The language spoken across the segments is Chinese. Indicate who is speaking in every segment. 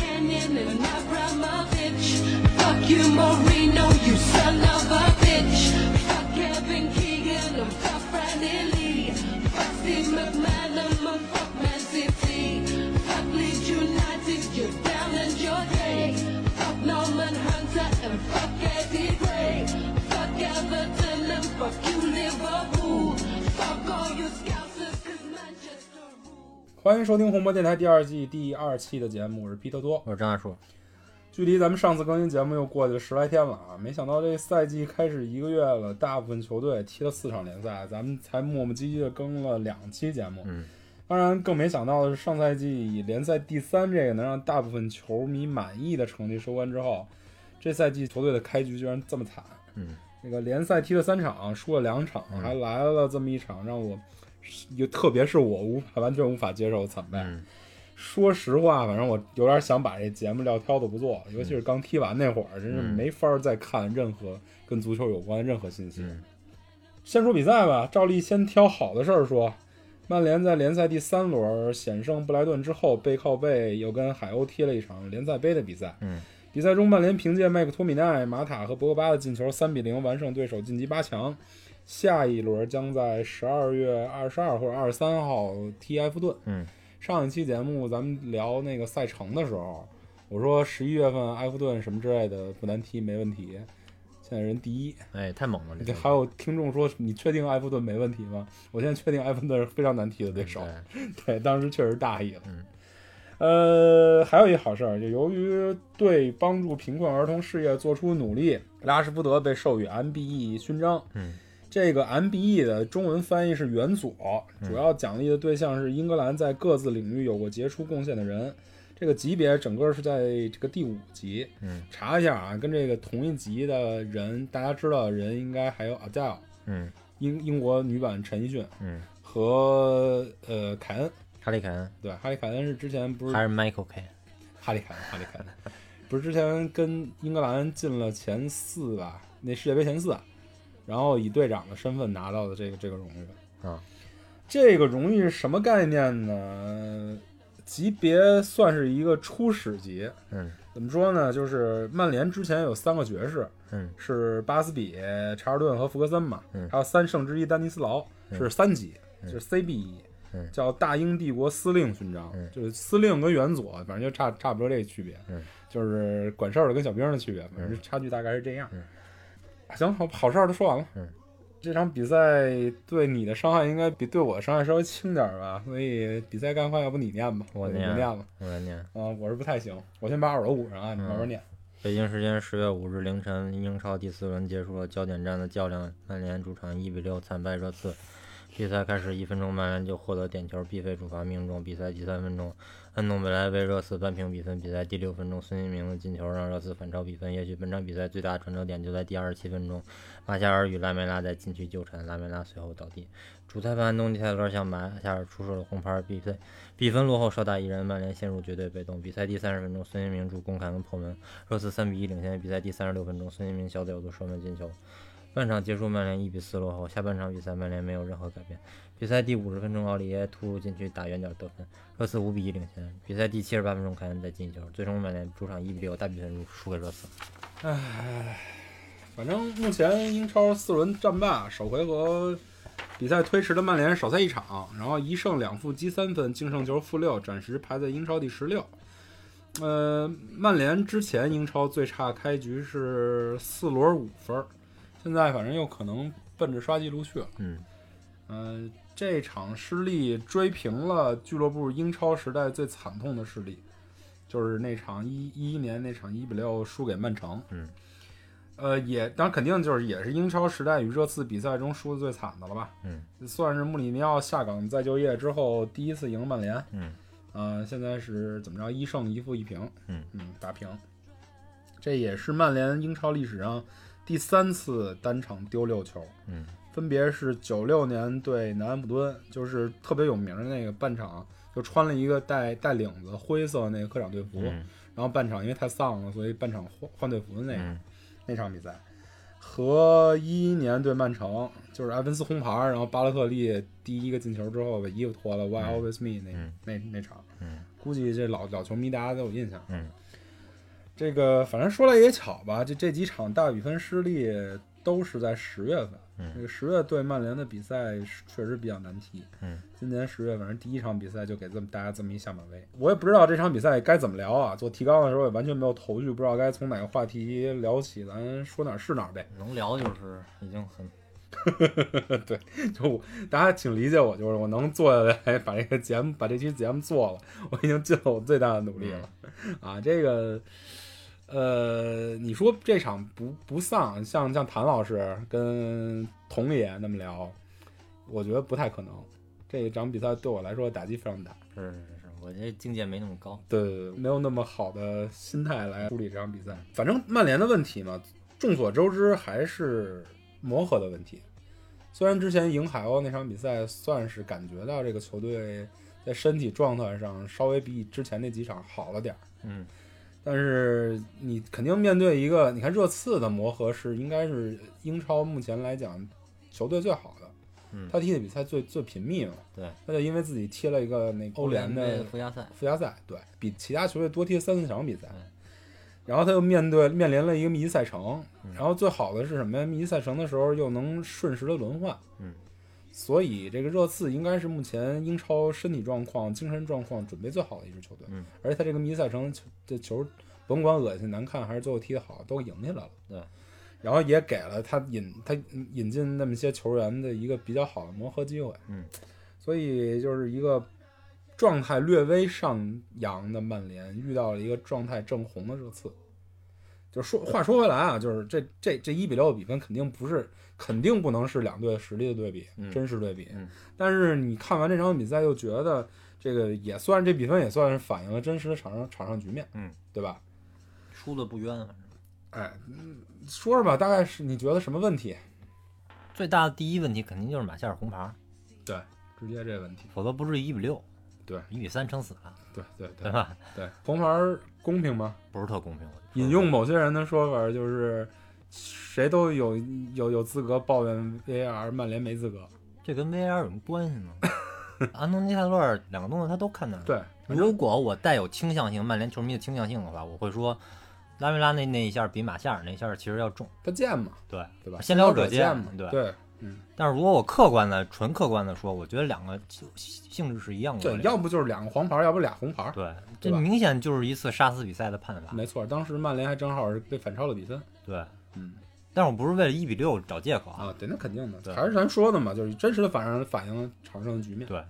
Speaker 1: Listen, Abramovich. Fuck you, Marino, you son of a bitch. Fuck Kevin Keegan, and fuck Franny Lee. Fuck Steve McManam, and fuck Man City. Fuck Leeds United, you're down and you're gay. Fuck Norman Hunter, and fuck Eddie Gray. Fuck Everton, and fuck you, Liverpool. Fuck all you scousers, cause Manchester rules.
Speaker 2: 欢迎收听红魔电台第二季第二期的节目，我是皮特多。
Speaker 3: 我是张大叔，
Speaker 2: 距离咱们上次更新节目又过去了十来天了啊！没想到这赛季开始一个月了，大部分球队踢了四场联赛，咱们才磨磨唧唧的更了两期节目。
Speaker 3: 嗯，
Speaker 2: 当然更没想到的是，上赛季以联赛第三这个能让大部分球迷满意的成绩收官之后，这赛季球队的开局居然这么惨。
Speaker 3: 嗯，
Speaker 2: 那个联赛踢了三场，输了两场，还来了这么一场让我，有特别是我无法完全无法接受的惨败。
Speaker 3: 嗯
Speaker 2: 说实话，反正我有点想把这节目撂挑子不做，尤其是刚踢完那会儿，真是
Speaker 3: 嗯
Speaker 2: 没法儿再看任何跟足球有关的任何信息。
Speaker 3: 嗯
Speaker 2: 先说比赛吧，照例先挑好的事儿说。曼联在联赛第三轮险胜布莱顿之后，背靠背又跟海鸥踢了一场联赛杯的比赛。
Speaker 3: 嗯，
Speaker 2: 比赛中，曼联凭借麦克托米奈、马塔和博格巴的进球，三比零完胜对手，晋级八强。下一轮将在十二月二十二或者二十三号踢埃弗顿。
Speaker 3: 嗯，
Speaker 2: 上一期节目咱们聊那个赛程的时候，我说十一月份埃弗顿什么之类的不难踢没问题，现在人第一。
Speaker 3: 哎，太猛了，这
Speaker 2: 这
Speaker 3: 个
Speaker 2: 还有听众说，你确定埃弗顿没问题吗？我现在确定埃弗顿是非常难踢的对手。
Speaker 3: 对
Speaker 2: 对，当时确实大意了。
Speaker 3: 嗯
Speaker 2: 呃，还有一好事儿，就由于对帮助贫困儿童事业做出努力，拉什福德被授予 MBE 勋章。
Speaker 3: 嗯，
Speaker 2: 这个 MBE 的中文翻译是元佐，
Speaker 3: 嗯
Speaker 2: 主要奖励的对象是英格兰在各自领域有过杰出贡献的人。这个级别整个是在这个第五级。
Speaker 3: 嗯，
Speaker 2: 查一下啊，跟这个同一级的人，大家知道的人应该还有 Adele，
Speaker 3: 嗯
Speaker 2: 英英国女版陈奕迅
Speaker 3: 嗯，
Speaker 2: 和呃凯恩。
Speaker 3: 哈利凯恩
Speaker 2: 对，哈利凯恩是之前不是
Speaker 3: 还是 Michael 凯恩，
Speaker 2: 哈利凯恩，哈利凯恩，不是之前跟英格兰进了前四吧？那世界杯前四，然后以队长的身份拿到的这个这个荣誉
Speaker 3: 啊。
Speaker 2: 这个荣誉是什么概念呢？级别算是一个初始级，
Speaker 3: 嗯
Speaker 2: 怎么说呢？就是曼联之前有三个爵士，
Speaker 3: 嗯
Speaker 2: 是巴斯比、查尔顿和福格森嘛，
Speaker 3: 嗯
Speaker 2: 还有三圣之一丹尼斯劳是三级，就是 CB 一、
Speaker 3: 嗯
Speaker 2: 叫大英帝国司令勋章，
Speaker 3: 嗯
Speaker 2: 就是司令跟元佐，反正就差差不多这个区别，
Speaker 3: 嗯
Speaker 2: 就是管事儿的跟小兵儿的区别，反正差距大概是这样。
Speaker 3: 嗯
Speaker 2: 啊行，好好事儿都说完了。
Speaker 3: 嗯
Speaker 2: 这场比赛对你的伤害应该比对我的伤害稍微轻点儿吧，所以比赛概况要不你念吧，
Speaker 3: 我
Speaker 2: 就不
Speaker 3: 念
Speaker 2: 念了。
Speaker 3: 我来念。
Speaker 2: 啊、我是不太行，我先把耳朵捂上啊，你
Speaker 3: 嗯
Speaker 2: 慢慢念。
Speaker 3: 北京时间十月五日凌晨，英超第四轮结束了焦点战的较量，曼联主场一比六惨败热刺。比赛开始一分钟，曼联就获得点球，必费处罚命中。比赛第三分钟，安东本来为热刺扳平比分。比赛第六分钟，孙兴民的进球让热刺反超比分。也许本场比赛最大传球点就在第二十七分钟，马夏尔与拉梅拉在禁区纠缠，拉梅拉随后倒地。主裁判东尼泰勒向马夏尔出示了红牌，比赛比分落后少打一人，曼联陷入绝对被动。比赛第三十分钟，孙兴民助攻凯恩破门，热刺三比一领先。比赛第三十六分钟，孙兴民小角度射门进球。半场结束，曼联一比四落后。下半场比赛，曼联没有任何改变。比赛第五十分钟，奥里耶突入禁区打远角得分，热刺五比一领先。比赛第七十八分钟，凯恩再进一球，最终曼联主场一比六大比分输输给热刺。
Speaker 2: 反正目前英超四轮战罢，首回合比赛推迟的曼联少赛一场，然后一胜两负积三分，净胜球负六，暂时排在英超第十六。呃，曼联之前英超最差开局是四轮五分儿，现在反正又可能奔着刷记录去了。
Speaker 3: 嗯
Speaker 2: 呃，这场失利追平了俱乐部英超时代最惨痛的失利，就是那场一一一年那场一比六输给曼城。
Speaker 3: 嗯，
Speaker 2: 呃，也当然肯定就是也是英超时代与热刺比赛中输的最惨的了吧？
Speaker 3: 嗯
Speaker 2: 算是穆里尼奥下岗再就业之后第一次赢曼联。
Speaker 3: 嗯
Speaker 2: 呃，现在是怎么着？一胜一负一平，
Speaker 3: 嗯
Speaker 2: 打平。这也是曼联英超历史上第三次单场丢六球。
Speaker 3: 嗯
Speaker 2: 分别是九六年对南安普敦，就是特别有名的那个半场，就穿了一个带带领子灰色那个客场队服，
Speaker 3: 嗯
Speaker 2: 然后半场因为太丧了，所以半场换换队服的那个、
Speaker 3: 嗯
Speaker 2: 那场比赛，和一一年对曼城，就是埃文斯红牌，然后巴洛特利第一个进球之后把衣服脱了，Why always me 那、
Speaker 3: 嗯
Speaker 2: 那那场，
Speaker 3: 嗯
Speaker 2: 估计这老老球迷大家都有印象。
Speaker 3: 嗯
Speaker 2: 这个反正说来也巧吧，就这几场大比分失利都是在十月份。
Speaker 3: 嗯
Speaker 2: 这个十月对曼联的比赛是确实比较难踢。
Speaker 3: 嗯，
Speaker 2: 今年十月反正第一场比赛就给这么大家这么一下马威，我也不知道这场比赛该怎么聊啊。做提纲的时候也完全没有头绪，不知道该从哪个话题聊起，咱说哪儿是哪儿呗。
Speaker 3: 能聊就是已经很
Speaker 2: 就我大家请理解我，就是我能坐下来把这个节目把这期节目做了，我已经尽了我最大的努力了。啊，这个呃，你说这场不不丧，像像谭老师跟童爷那么聊，我觉得不太可能。这一场比赛对我来说打击非常大，
Speaker 3: 是是是，我这境界没那么高。
Speaker 2: 对对对，没有那么好的心态来处理这场比赛。反正曼联的问题嘛，众所周知还是磨合的问题。虽然之前赢海鸥那场比赛，算是感觉到这个球队在身体状态上稍微比之前那几场好了点儿，
Speaker 3: 嗯，
Speaker 2: 但是你肯定面对一个，你看热刺的磨合是应该是英超目前来讲球队最好的，
Speaker 3: 嗯
Speaker 2: 他踢的比赛最最频密嘛，
Speaker 3: 对，
Speaker 2: 他就因为自己踢了一个那个欧联的
Speaker 3: 杯附加赛，
Speaker 2: 附加赛，对比其他球队多踢三四场比赛
Speaker 3: 嗯，
Speaker 2: 然后他又面对面临了一个密集赛程
Speaker 3: 嗯，
Speaker 2: 然后最好的是什么呀？密集赛程的时候又能瞬时的轮换，
Speaker 3: 嗯，
Speaker 2: 所以这个热刺应该是目前英超身体状况、精神状况准备最好的一支球队，
Speaker 3: 嗯，
Speaker 2: 而且他这个密集赛程球这球，甭管恶心难看还是最后踢得好，都赢下来了，
Speaker 3: 对。
Speaker 2: 然后也给了他引他引进那么些球员的一个比较好的磨合机会，
Speaker 3: 嗯，
Speaker 2: 所以就是一个状态略微上扬的曼联遇到了一个状态正红的热刺。就说话说回来啊，就是这这这一比六的比分肯定不是，肯定不能是两队实力的对比，
Speaker 3: 嗯
Speaker 2: 真实对比。
Speaker 3: 嗯
Speaker 2: 但是你看完这场比赛，又觉得这个也算这比分也算是反映了真实的场上场上局面，
Speaker 3: 嗯，
Speaker 2: 对吧？
Speaker 3: 输的不冤，啊反正。
Speaker 2: 哎，嗯说说吧，大概是你觉得什么问题？
Speaker 3: 最大的第一问题肯定就是马夏尔红牌，
Speaker 2: 对，直接这问题。
Speaker 3: 否则不至于一比六，
Speaker 2: 对
Speaker 3: 一比三撑死了，
Speaker 2: 对对
Speaker 3: 对
Speaker 2: 对
Speaker 3: 吧？
Speaker 2: 对，红牌儿公平吗？
Speaker 3: 不是特公平。我觉得
Speaker 2: 引用某些人的说法，就是谁都有有有资格抱怨 VAR，曼联没资格。
Speaker 3: 这跟 VAR 有什么关系呢？ 安东尼泰勒尔两个动作他都看到了。，
Speaker 2: 对，
Speaker 3: 如果我带有倾向性，曼联球迷的倾向性的话，我会说拉梅拉那那一下比马夏尔那一下其实要重。
Speaker 2: 他贱嘛，
Speaker 3: 对，
Speaker 2: 对吧？
Speaker 3: 先撩者
Speaker 2: 见
Speaker 3: 见
Speaker 2: 嘛，
Speaker 3: 对
Speaker 2: 对
Speaker 3: 但是如果我客观的、纯客观的说，我觉得两个性性质是一样的。
Speaker 2: 对，要不就是两个黄牌，要不俩红牌。
Speaker 3: 嗯对，这
Speaker 2: 对吧嗯
Speaker 3: 明显就是一次杀死比赛的判罚。
Speaker 2: 没错，当时曼联还正好是被反超了比分。
Speaker 3: 对，
Speaker 2: 嗯
Speaker 3: 但是我不是为了一比六找借口啊。
Speaker 2: 啊，对，那肯定的，
Speaker 3: 对
Speaker 2: 还是咱说的嘛，就是真实的反映反映场上的局面。
Speaker 3: 对，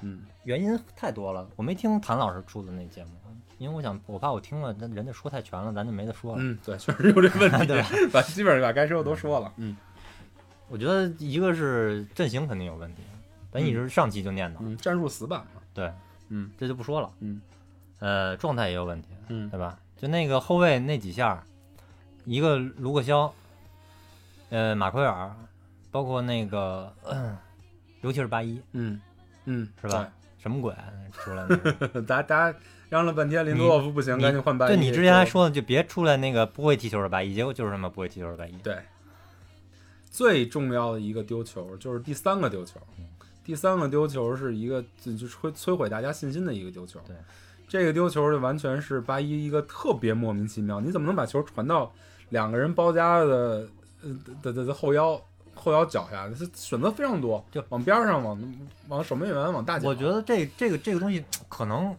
Speaker 2: 嗯，
Speaker 3: 原因太多了，我没听谭老师出的那节目，因为我想，我怕我听了，那人家说太全了，咱就没得说了。
Speaker 2: 嗯，对，确实有这问
Speaker 3: 对吧
Speaker 2: 题，把基本上把该说的都说了。嗯
Speaker 3: 我觉得一个是阵型肯定有问题，咱一直上期就念叨，
Speaker 2: 嗯，战术死板嘛。
Speaker 3: 对，
Speaker 2: 嗯，
Speaker 3: 这就不说了。
Speaker 2: 嗯，
Speaker 3: 呃，状态也有问题，
Speaker 2: 嗯
Speaker 3: 对吧？就那个后卫那几下儿，一个卢克肖，呃，马奎尔，包括那个， 呃尤其是八一，
Speaker 2: 嗯嗯，
Speaker 3: 是吧？什么鬼出来 那个？
Speaker 2: 对？大家大家嚷了半天林多洛夫不行，
Speaker 3: 你
Speaker 2: 赶紧换班。
Speaker 3: 对你之前还说的，就别出来那个不会踢球的八一，结果就是他妈不会踢球的八一。
Speaker 2: 对，最重要的一个丢球就是第三个丢球，
Speaker 3: 嗯
Speaker 2: 第三个丢球是一个就就摧摧毁大家信心的一个丢球。
Speaker 3: 对，
Speaker 2: 这个丢球就完全是八一一个特别莫名其妙，你怎么能把球传到两个人包夹的呃的的的后腰后腰脚下？这选择非常多，
Speaker 3: 就
Speaker 2: 往边上，往往守门员，往大脚。
Speaker 3: 我觉得这这个这个东西可能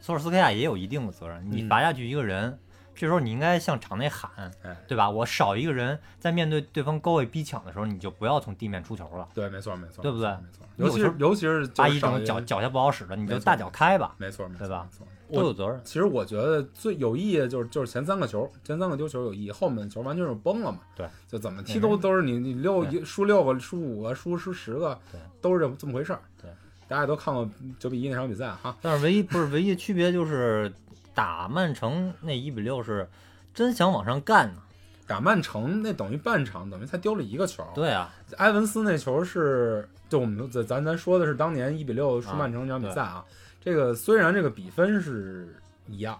Speaker 3: 索尔斯克亚也有一定的责任。你
Speaker 2: 嗯
Speaker 3: 罚下去一个人，这时候你应该向场内喊
Speaker 2: 哎，
Speaker 3: 对吧？我少一个人，在面对对方高位逼抢的时候，你就不要从地面出球了。
Speaker 2: 对，没错没错，
Speaker 3: 对不对
Speaker 2: 没错，
Speaker 3: 有
Speaker 2: 尤其
Speaker 3: 时
Speaker 2: 是
Speaker 3: 候
Speaker 2: 尤其是
Speaker 3: 八
Speaker 2: 就是
Speaker 3: 一这
Speaker 2: 少
Speaker 3: 种
Speaker 2: 一
Speaker 3: 脚
Speaker 2: 个，
Speaker 3: 脚下不好使的，你就
Speaker 2: 没错
Speaker 3: 大脚开吧，
Speaker 2: 没错没错，
Speaker 3: 对吧
Speaker 2: 没错
Speaker 3: 都有责任。
Speaker 2: 其实我觉得最有意义的就是就是前三个球，前三个丢球有意义，后面的球完全就是崩了嘛。
Speaker 3: 对，嗯
Speaker 2: 就怎么踢都都是你你六
Speaker 3: 对
Speaker 2: 一输六个输五个输输十个
Speaker 3: 对，
Speaker 2: 都是这这么回事儿。
Speaker 3: 对，
Speaker 2: 大家都看过九比一那场比赛哈。
Speaker 3: 但是唯一不是唯一的区别就是打曼城那一比六是真想往上干呢。
Speaker 2: 打曼城那等于半场，等于才丢了一个球。，
Speaker 3: 对啊，
Speaker 2: 埃文斯那球是就我们咱咱咱说的是当年一比六输曼城那场比赛啊。这个虽然这个比分是一样，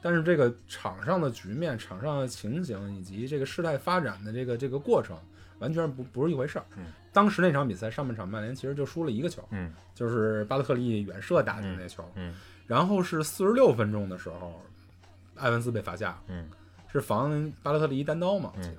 Speaker 2: 但是这个场上的局面、场上的情形以及这个事态发展的这个这个过程，完全不不是一回事儿。
Speaker 3: 嗯
Speaker 2: 当时那场比赛上半场曼联其实就输了一个球，
Speaker 3: 嗯
Speaker 2: 就是巴洛特利远射打进那球，
Speaker 3: 嗯，
Speaker 2: 然后是四十六分钟的时候，埃文斯被罚下，
Speaker 3: 嗯，
Speaker 2: 是防巴洛特利一单刀嘛，我记得。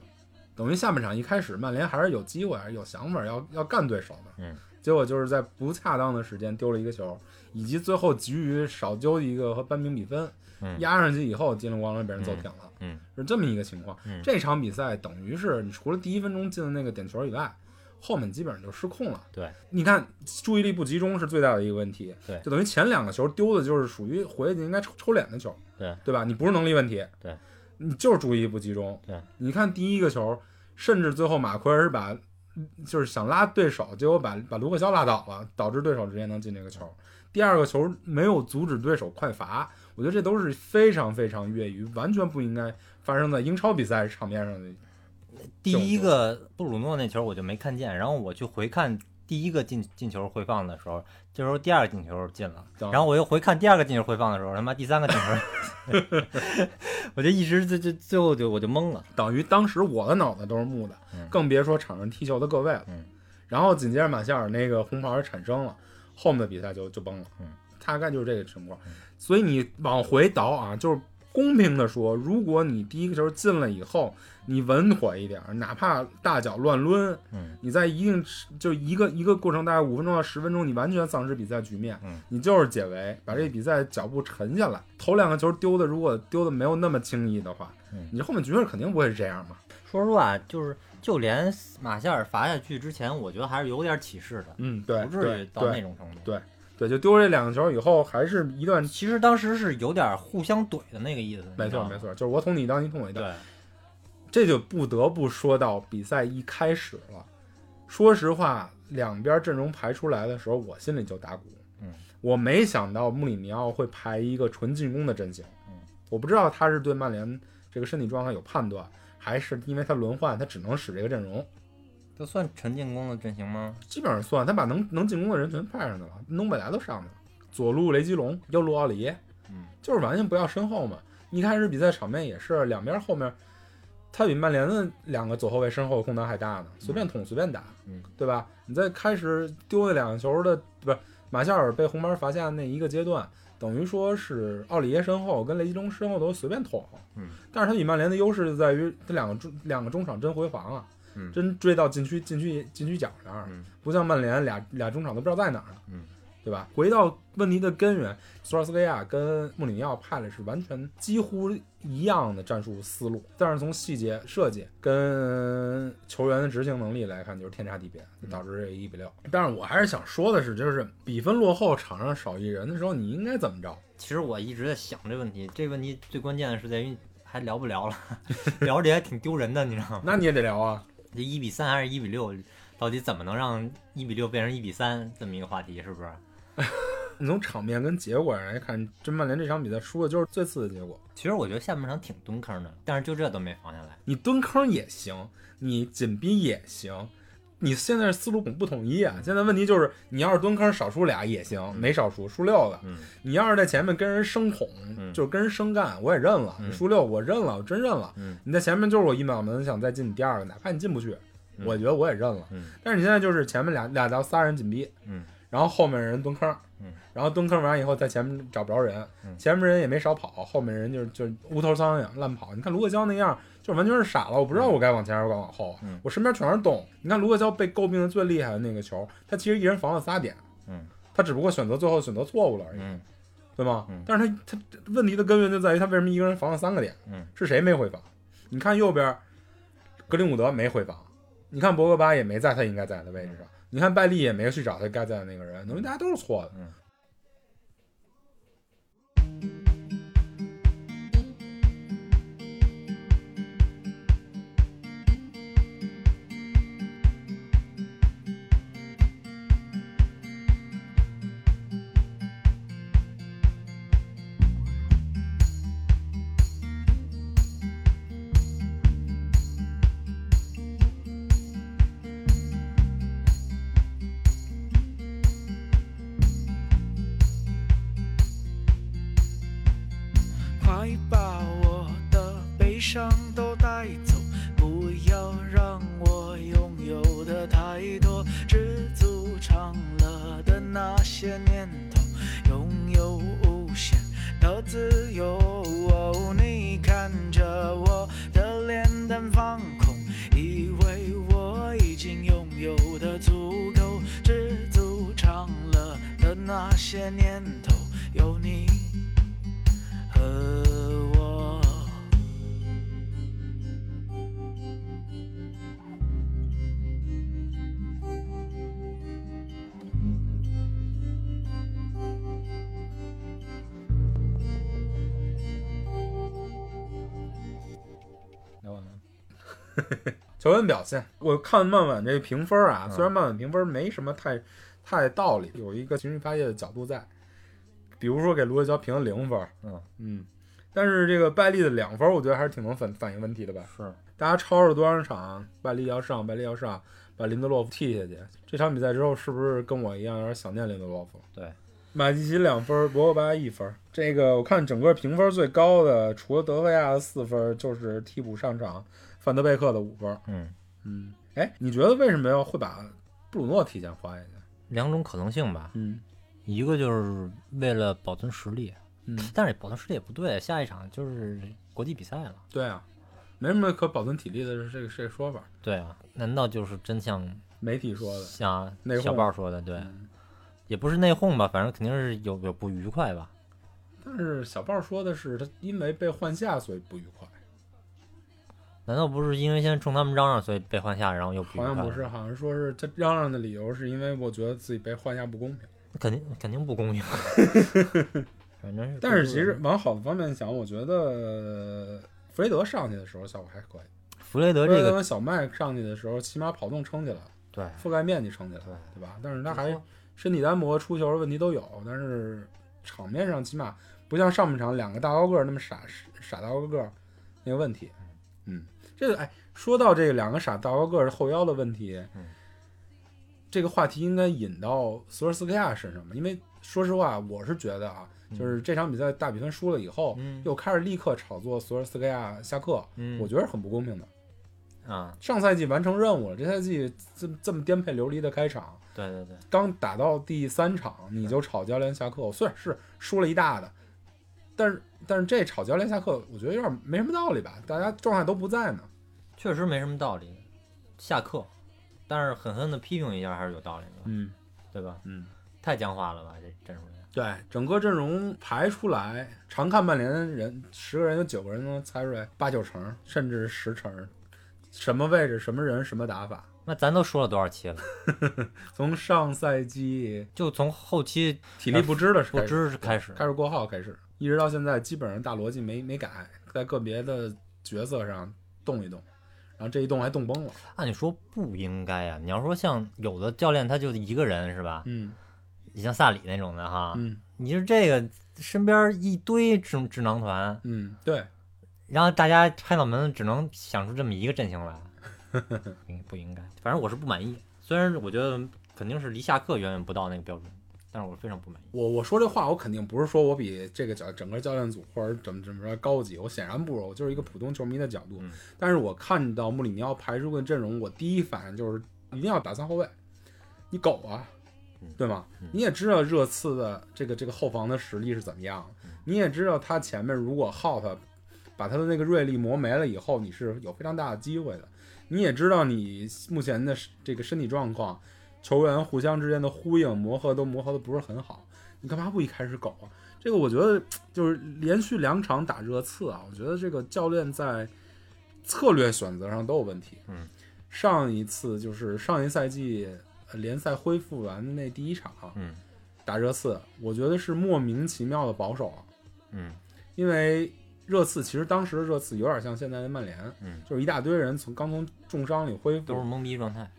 Speaker 2: 等于下半场一开始，曼联还是有机会，还是有想法要要干对手的，
Speaker 3: 嗯，
Speaker 2: 结果就是在不恰当的时间丢了一个球，以及最后急于少丢一个和扳平比分，
Speaker 3: 嗯
Speaker 2: 压上去以后，金龙光被人揍平了，
Speaker 3: 嗯
Speaker 2: 是这么一个情况。
Speaker 3: 嗯
Speaker 2: 这场比赛等于是你除了第一分钟进的那个点球以外，后面基本上就失控了。
Speaker 3: 对，
Speaker 2: 你看注意力不集中是最大的一个问题。
Speaker 3: 对
Speaker 2: 就等于前两个球丢的就是属于回去应该抽抽脸的球，
Speaker 3: 对
Speaker 2: 对吧？你不是能力问题，
Speaker 3: 对，
Speaker 2: 你就是注意力不集中。
Speaker 3: 对，
Speaker 2: 你看第一个球，甚至最后马奎尔是把就是想拉对手，结果把把卢克肖拉倒了，导致对手直接能进这个球。第二个球没有阻止对手快罚，我觉得这都是非常非常越于，完全不应该发生在英超比赛场面上的。
Speaker 3: 第
Speaker 2: 这种
Speaker 3: 一
Speaker 2: 球
Speaker 3: 个布鲁诺那球我就没看见，然后我去回看第一个进进球回放的时候，这时候第二个进球进了，
Speaker 2: 懂
Speaker 3: 然后我又回看第二个进球回放的时候，他妈第三个进球， 我就一时这这最后就我就懵了，
Speaker 2: 等于当时我的脑袋都是木的，
Speaker 3: 嗯
Speaker 2: 更别说场上踢球的各位了。
Speaker 3: 嗯
Speaker 2: 然后紧接着马夏尔那个红牌产生了，后面的比赛就就崩了。
Speaker 3: 嗯
Speaker 2: 大概就是这个情况。所以你往回倒啊，就是公平的说，如果你第一个球进了以后，你稳妥一点，哪怕大脚乱抡，
Speaker 3: 嗯
Speaker 2: 你在一定时就一个一个过程大概五分钟到十分钟，你完全丧失比赛局面，
Speaker 3: 嗯
Speaker 2: 你就是解围，把这比赛脚步沉下来。头两个球丢的，如果丢的没有那么轻易的话，
Speaker 3: 嗯
Speaker 2: 你后面局势肯定不会是这样嘛。
Speaker 3: 说实话，就是就连马夏尔罚下去之前，我觉得还是有点启示的，
Speaker 2: 嗯，对，
Speaker 3: 不至于
Speaker 2: 对
Speaker 3: 到那
Speaker 2: 对
Speaker 3: 种程度。
Speaker 2: 对对，就丢这两个球以后，还是一段。
Speaker 3: 其实当时是有点互相怼的那个意思，
Speaker 2: 没
Speaker 3: 你知
Speaker 2: 错，
Speaker 3: 道吗
Speaker 2: 没，错，就是我捅你一刀，你捅我一刀，
Speaker 3: 对，
Speaker 2: 这就不得不说到比赛一开始了。说实话，两边阵容排出来的时候，我心里就打鼓。
Speaker 3: 嗯，
Speaker 2: 我没想到穆里尼奥会排一个纯进攻的阵型。
Speaker 3: 嗯，
Speaker 2: 我不知道他是对曼联这个身体状态有判断，还是因为他轮换，他只能使这个阵容。
Speaker 3: 这算纯进攻的阵型吗？
Speaker 2: 基本上算他把能能进攻的人全派上去了，弄贝莱都上去了，左路雷吉隆，右路奥里耶，
Speaker 3: 嗯，
Speaker 2: 就是完全不要身后嘛。一开始比赛场面也是两边后面，他比曼联的两个左后卫身后的空档还大呢，随便捅随便打，
Speaker 3: 嗯，
Speaker 2: 对吧？你在开始丢那两个球的不是马夏尔被红牌罚下那一个阶段，等于说是奥里耶身后跟雷吉隆身后都随便捅，
Speaker 3: 嗯，
Speaker 2: 但是他比曼联的优势就在于这两个中两个中场真回防啊，
Speaker 3: 嗯
Speaker 2: 真追到禁区禁区禁区角那儿，
Speaker 3: 嗯
Speaker 2: 不像曼联俩俩中场都不知道在哪儿呢，
Speaker 3: 嗯，
Speaker 2: 对吧？回到问题的根源，索尔斯克亚跟穆里尼奥派的是完全几乎一样的战术思路，但是从细节设计跟球员的执行能力来看，就是天差地别，就导致这一比六。但是我还是想说的是，就是比分落后，场上少一人的时候，你应该怎么着？
Speaker 3: 其实我一直在想这问题，这问题最关键的是在于还聊不聊了， 聊着也挺丢人的，你知道吗？
Speaker 2: 那你也得聊啊。
Speaker 3: 这一比三还是一比六，到底怎么能让一比六变成一比三这么一个话题，是不是？
Speaker 2: 你从场面跟结果上来看，真曼联这场比赛输的就是最次的结果。
Speaker 3: 其实我觉得下半场挺蹲坑的，但是就这都没防下来。
Speaker 2: 你蹲坑也行，你紧逼也行，你现在思路统不统一啊？现在问题就是，你要是蹲坑少输俩也行，没少输，输六个。
Speaker 3: 嗯
Speaker 2: 你要是在前面跟人生捅，
Speaker 3: 嗯
Speaker 2: 就是跟人生干，我也认了。
Speaker 3: 嗯
Speaker 2: 你输六我认了，我真认了。
Speaker 3: 嗯
Speaker 2: 你在前面就是我一秒门想再进你第二个，哪怕你进不去，
Speaker 3: 嗯
Speaker 2: 我觉得我也认了。
Speaker 3: 嗯
Speaker 2: 但是你现在就是前面俩俩到仨人紧逼，
Speaker 3: 嗯
Speaker 2: 然后后面人蹲坑，
Speaker 3: 嗯，
Speaker 2: 然后蹲坑完以后在前面找不着人，
Speaker 3: 嗯
Speaker 2: 前面人也没少跑，后面人就是就是无头苍蝇乱跑。你看卢克肖那样，就完全是傻了，我不知道我该往前还是该往后啊，
Speaker 3: 嗯
Speaker 2: 我身边全是洞。你看卢克肖被诟病的最厉害的那个球，他其实一人防了仨点，
Speaker 3: 嗯
Speaker 2: 他只不过选择最后选择错误了而已，
Speaker 3: 嗯
Speaker 2: 对吗？
Speaker 3: 嗯
Speaker 2: 但是他他问题的根源就在于他为什么一个人防了三个点？
Speaker 3: 嗯，
Speaker 2: 是谁没回防？你看右边，格林伍德没回防，你看博格巴也没在他应该在的位置
Speaker 3: 嗯
Speaker 2: 上，你看拜利也没去找他该在的那个人，等于大家都是错的。
Speaker 3: 嗯
Speaker 4: 快把我的悲伤都带走，不要让我拥有的太多，知足常乐的那些念头，拥有无限的自由。哦你
Speaker 2: 球员表现，我看曼婉这评分
Speaker 3: 嗯
Speaker 2: 啊，虽然曼婉评分没什么太太道理，有一个情绪发泄的角度在，比如说给卢克肖评了零分，
Speaker 3: 嗯
Speaker 2: 嗯，但是这个拜利的两分，我觉得还是挺能反反映问题的吧。
Speaker 3: 是，
Speaker 2: 大家吵吵多少场，拜利要上，拜利要上，把林德洛夫踢下去。这场比赛之后，是不是跟我一样有点想念林德洛夫？
Speaker 3: 对，
Speaker 2: 马基奇两分，博格巴一分。这个我看整个评分最高的，除了德赫亚的四分，就是替补上场范德贝克的五分。
Speaker 3: 嗯，
Speaker 2: 嗯，哎，你觉得为什么要会把布鲁诺提前换下去？啊
Speaker 3: 两种可能性吧，
Speaker 2: 嗯
Speaker 3: 一个就是为了保存实力，
Speaker 2: 嗯，
Speaker 3: 但是保存实力也不对，下一场就是国际比赛了。
Speaker 2: 对啊，没什么可保存体力的这个这个说法，
Speaker 3: 对啊，难道就是真像
Speaker 2: 媒体说的。
Speaker 3: 像
Speaker 2: 内讧
Speaker 3: 小豹说的，对，
Speaker 2: 嗯
Speaker 3: 也不是内讧吧，反正肯定是有有不愉快吧。
Speaker 2: 但是小豹说的是他因为被换下所以不愉快，
Speaker 3: 难道不是因为现在冲他们嚷嚷，所以被换下，然后又不愉
Speaker 2: 好
Speaker 3: 快？
Speaker 2: 像不是，，好像说是他嚷嚷的理由是因为我觉得自己被换下不公平。
Speaker 3: 肯定肯定不 公平。反正是，
Speaker 2: 但是其实往好的方面想，我觉得弗雷德上去的时候效果还可以，
Speaker 3: 弗雷德
Speaker 2: 弗
Speaker 3: 这
Speaker 2: 雷德
Speaker 3: 个
Speaker 2: 跟小麦上去的时候，起码跑动撑起来了，
Speaker 3: 对
Speaker 2: 覆盖面积撑起来了，对吧？但是他还身体单薄、出球的问题都有，但是场面上起码不像上半场两个大高个儿那么傻傻大高个儿那个问题。嗯，这个哎，说到这两个傻大高个儿后腰的问题，
Speaker 3: 嗯
Speaker 2: 这个话题应该引到索尔斯克亚身上吧？因为说实话，我是觉得啊，就是这场比赛大比分输了以后，
Speaker 3: 嗯
Speaker 2: 又开始立刻炒作索尔斯克亚下课，
Speaker 3: 嗯
Speaker 2: 我觉得很不公平的。
Speaker 3: 啊，
Speaker 2: 上赛季完成任务了，这赛季这么这么颠沛流离的开场，
Speaker 3: 对对对，
Speaker 2: 刚打到第三场你就炒教练下课，虽然是输了一大的，但是但是这炒教练下课，我觉得有点没什么道理吧？大家状态都不在呢。
Speaker 3: 确实没什么道理。下课，但是狠狠的批评一下还是有道理的，
Speaker 2: 嗯
Speaker 3: 对吧？
Speaker 2: 嗯，
Speaker 3: 太僵化了吧，这战术员。
Speaker 2: 对，整个阵容排出来，常看曼联人十个人有九个人能猜出来八九成，甚至十成，什么位置、什么人、什么打法。
Speaker 3: 那咱都说了多少期了？
Speaker 2: 从上赛季
Speaker 3: 就从后期
Speaker 2: 体力不支的时候
Speaker 3: 不
Speaker 2: 开始
Speaker 3: 知是开始，
Speaker 2: 开始过号开始，一直到现在，基本上大逻辑没没改，在个别的角色上动一动，然后这一动还动崩了。
Speaker 3: 按理说不应该啊呀、你要说像有的教练他就一个人是吧？
Speaker 2: 嗯
Speaker 3: 你像萨里那种的哈，
Speaker 2: 嗯
Speaker 3: 你就这个身边一堆智智囊团，
Speaker 2: 嗯，对，
Speaker 3: 然后大家拍脑门只能想出这么一个阵型来， 应不应该？反正我是不满意。虽然我觉得肯定是离下课远远不到那个标准，但是我非常不满意。
Speaker 2: 我我说这话，我肯定不是说我比这个教整个教练组或者怎么怎么着高级，我显然不如，我就是一个普通球迷的角度。
Speaker 3: 嗯
Speaker 2: 但是我看到穆里尼奥排出个阵容，我第一反应就是一定要打三后卫，你狗啊
Speaker 3: 嗯，
Speaker 2: 对吗？
Speaker 3: 嗯
Speaker 2: 你也知道热刺的这个这个后防的实力是怎么样的，你也知道他前面如果耗他，把他的那个锐利磨没了以后，你是有非常大的机会的。你也知道你目前的这个身体状况，球员互相之间的呼应磨合都磨合的不是很好，你干嘛不一开始搞啊？这个我觉得就是连续两场打热刺啊，我觉得这个教练在策略选择上都有问题。
Speaker 3: 嗯，
Speaker 2: 上一次就是上一赛季呃联赛恢复完的那第一场
Speaker 3: 嗯
Speaker 2: 打热刺，我觉得是莫名其妙的保守啊，
Speaker 3: 嗯
Speaker 2: 因为热刺其实当时的热刺有点像现在的曼联，
Speaker 3: 嗯，
Speaker 2: 就是一大堆人从刚从重伤里恢复，
Speaker 3: 都是懵逼状态。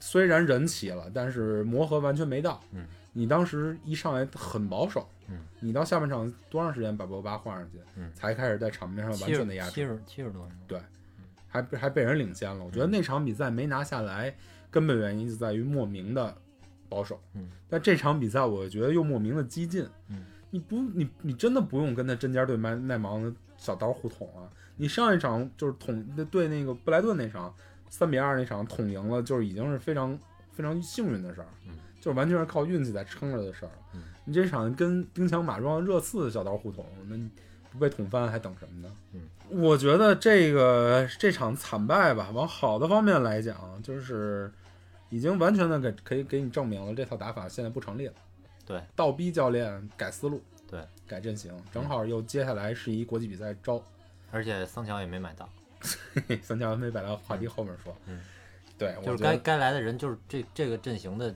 Speaker 2: 虽然人齐了，但是磨合完全没到。
Speaker 3: 嗯，
Speaker 2: 你当时一上来很保守。
Speaker 3: 嗯，
Speaker 2: 你到下半场多长时间把博格巴换上去？
Speaker 3: 嗯
Speaker 2: 才开始在场面上完
Speaker 3: 七
Speaker 2: 全
Speaker 3: 十
Speaker 2: 的压
Speaker 3: 七
Speaker 2: 制，
Speaker 3: 十七十多分钟，
Speaker 2: 还还被人领先了。我
Speaker 3: 嗯
Speaker 2: 觉得那场比赛没拿下来，根本原因就在于莫名的保守。
Speaker 3: 嗯，
Speaker 2: 但这场比赛我觉得又莫名的激进。
Speaker 3: 嗯，
Speaker 2: 你不你你真的不用跟他针尖对麦麦芒的小刀互捅啊！你上一场就是捅对那个布莱顿那场三比二那场捅赢了，就是已经是非常非常幸运的事儿，
Speaker 3: 嗯
Speaker 2: 就是完全是靠运气在撑着的事儿了。
Speaker 3: 嗯
Speaker 2: 你这场跟兵强马壮热刺小刀互捅，那你不被捅翻还等什么呢？
Speaker 3: 嗯，
Speaker 2: 我觉得这个这场惨败吧，往好的方面来讲，就是已经完全的给可以给你证明了这套打法现在不成立了。
Speaker 3: 对，
Speaker 2: 倒逼教练改思路，
Speaker 3: 对，嗯
Speaker 2: 改阵型，正好又接下来是一国际比赛招。
Speaker 3: 而且桑乔也没买到，
Speaker 2: 嘿 三桥没摆到话题后面说。
Speaker 3: 嗯，
Speaker 2: 对，
Speaker 3: 就
Speaker 2: 我
Speaker 3: 是
Speaker 2: 觉
Speaker 3: 该
Speaker 2: 得
Speaker 3: 该来的人就是这这个阵型的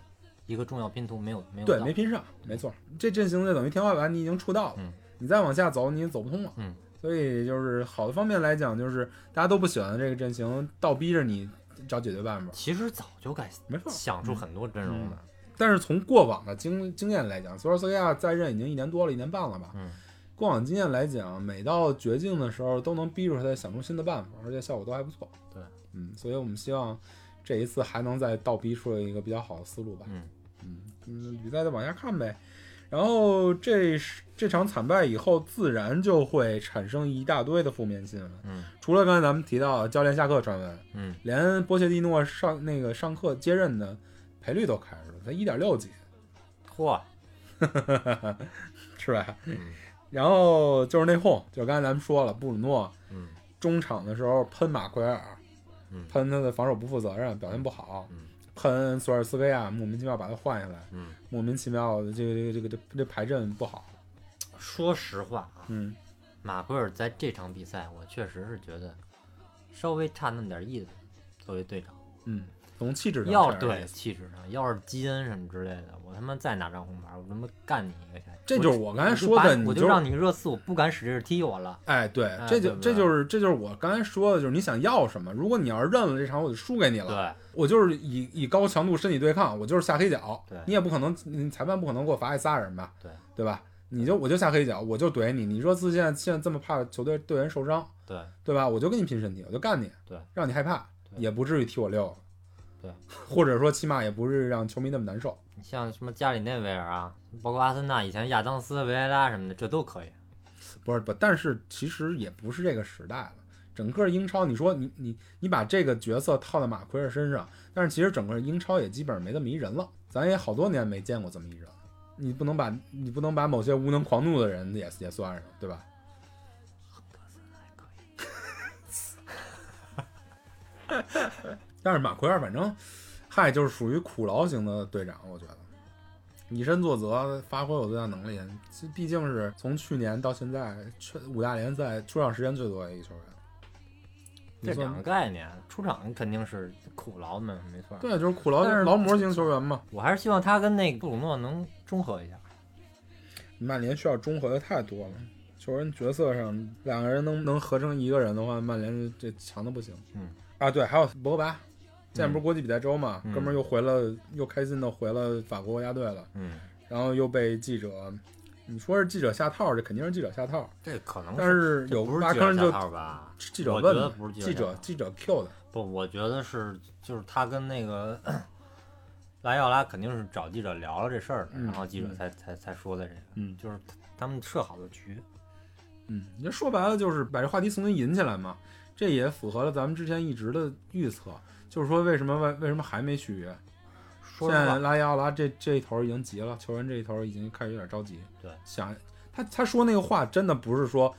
Speaker 3: 一个重要拼图没有没有
Speaker 2: 对
Speaker 3: 到
Speaker 2: 没拼上，没错，这阵型就等于天花板你已经触到了，
Speaker 3: 嗯
Speaker 2: 你再往下走你也走不通了。
Speaker 3: 嗯，
Speaker 2: 所以就是好的方面来讲，就是大家都不喜欢的这个阵型，倒逼着你找解决办法，
Speaker 3: 其实早就该
Speaker 2: 没错。
Speaker 3: 想出很多阵容了。
Speaker 2: 但是从过往的经经验来讲，索尔斯克亚在任已经一年多了，一年半了吧。
Speaker 3: 嗯，
Speaker 2: 过往经验来讲，每到绝境的时候都能逼住他想出新的办法，而且效果都还不错。
Speaker 3: 对，
Speaker 2: 嗯，所以我们希望这一次还能再倒逼出一个比较好的思路吧。
Speaker 3: 嗯
Speaker 2: 嗯，比赛再往下看呗。然后这是这场惨败以后，自然就会产生一大堆的负面新闻。
Speaker 3: 嗯，
Speaker 2: 除了刚才咱们提到的教练下课传闻，
Speaker 3: 嗯，
Speaker 2: 连波切蒂诺上那个上课接任的赔率都开出来了，才一点六几，
Speaker 3: 嚯，
Speaker 2: 是吧？
Speaker 3: 嗯
Speaker 2: 然后就是内讧，就是刚才咱们说了，布鲁诺
Speaker 3: 嗯
Speaker 2: 中场的时候喷马奎尔，
Speaker 3: 嗯
Speaker 2: 喷他的防守不负责任，表现不好，
Speaker 3: 嗯
Speaker 2: 喷索尔斯维亚，莫名其妙把他换下来，
Speaker 3: 嗯，
Speaker 2: 莫名其妙的这个这个这个这这排阵不好，
Speaker 3: 说实话啊，
Speaker 2: 嗯，
Speaker 3: 马奎尔在这场比赛，我确实是觉得稍微差那么点意思。作为队长，
Speaker 2: 嗯，从气质上
Speaker 3: 要
Speaker 2: 确实
Speaker 3: 对
Speaker 2: 是
Speaker 3: 气质上，要是基恩什么之类的，我他妈再拿张红牌，我他妈干你一个下去。
Speaker 2: 这就是
Speaker 3: 我
Speaker 2: 我刚才
Speaker 3: 就
Speaker 2: 说
Speaker 3: 把
Speaker 2: 的，
Speaker 3: 你
Speaker 2: 你
Speaker 3: 我
Speaker 2: 就
Speaker 3: 让你热刺，我不敢使劲踢我了。
Speaker 2: 哎，对，
Speaker 3: 哎
Speaker 2: 这就
Speaker 3: 对不
Speaker 2: 这
Speaker 3: 对
Speaker 2: 就是这就是我刚才说的，就是你想要什么。如果你要是认了这场，我就输给你了。
Speaker 3: 对，
Speaker 2: 我就是以以高强度身体对抗，我就是下黑脚。
Speaker 3: 对
Speaker 2: 你也不可能，你裁判不可能给我罚一仨人吧？
Speaker 3: 对，
Speaker 2: 对吧？你就我就下黑脚，我就怼你。你热刺现在现在这么怕球队队员受伤，
Speaker 3: 对，
Speaker 2: 对吧？我就跟你拼身体，我就干你，
Speaker 3: 对，
Speaker 2: 让你害怕，
Speaker 3: 对
Speaker 2: 也不至于踢我六，
Speaker 3: 对，
Speaker 2: 或者说起码也不是让球迷那么难受。
Speaker 3: 你像什么加里内维尔啊，包括阿森纳以前亚当斯、维埃拉什么的，这都可以。
Speaker 2: 不是不，但是其实也不是这个时代了。整个英超，你说你你你把这个角色套在马奎尔身上，但是其实整个英超也基本上没这么一人了。咱也好多年没见过这么一人，你不能把你不能把某些无能狂怒的人也也算上，对吧？ 但是马奎尔反正，嗨，就是属于苦劳型的队长，我觉得以身作则，发挥我最大能力。这毕竟是从去年到现在，全五大联赛出场时间最多的一个球员。你
Speaker 3: 这
Speaker 2: 算
Speaker 3: 两个概念，出场肯定是苦劳嘛，没错。
Speaker 2: 对，就是苦劳
Speaker 3: 但是
Speaker 2: 劳模型球员嘛。
Speaker 3: 我还是希望他跟那个布鲁诺能中和一下。
Speaker 2: 曼联需要中和的太多了，球员角色上两个人能能合成一个人的话，曼联这强的不行。
Speaker 3: 嗯，
Speaker 2: 啊对，还有博格巴，现在不是国际比赛周嘛，
Speaker 3: 嗯
Speaker 2: 哥们儿又回了，又开心的回了法国国家队了，
Speaker 3: 嗯，
Speaker 2: 然后又被记者，你说是记者下套，这肯定是记者下套，
Speaker 3: 这可能
Speaker 2: 但是
Speaker 3: 这
Speaker 2: 有
Speaker 3: 不是
Speaker 2: 挖
Speaker 3: 记者
Speaker 2: 坑
Speaker 3: 下
Speaker 2: 就
Speaker 3: 套吧？
Speaker 2: 记者
Speaker 3: 我
Speaker 2: 问
Speaker 3: 觉得
Speaker 2: 的，
Speaker 3: 不是
Speaker 2: 记
Speaker 3: 记者
Speaker 2: 者记者 Q 的，
Speaker 3: 不，我觉得是就是他跟那个莱奥拉肯定是找记者聊了这事儿的，
Speaker 2: 嗯
Speaker 3: 然后记者
Speaker 2: 嗯
Speaker 3: 才才才说的这个，
Speaker 2: 嗯
Speaker 3: 就是他们设好的局，
Speaker 2: 嗯，你这说白了就是把这话题重新引起来嘛，这也符合了咱们之前一直的预测，就是说为什么为为什么还没续约？
Speaker 3: 说
Speaker 2: 现
Speaker 3: 实
Speaker 2: 在
Speaker 3: 话，
Speaker 2: 拉伊奥拉这这一头已经急了，球员这一头已经开始有点着急。
Speaker 3: 对
Speaker 2: 想他他说那个话真的不是说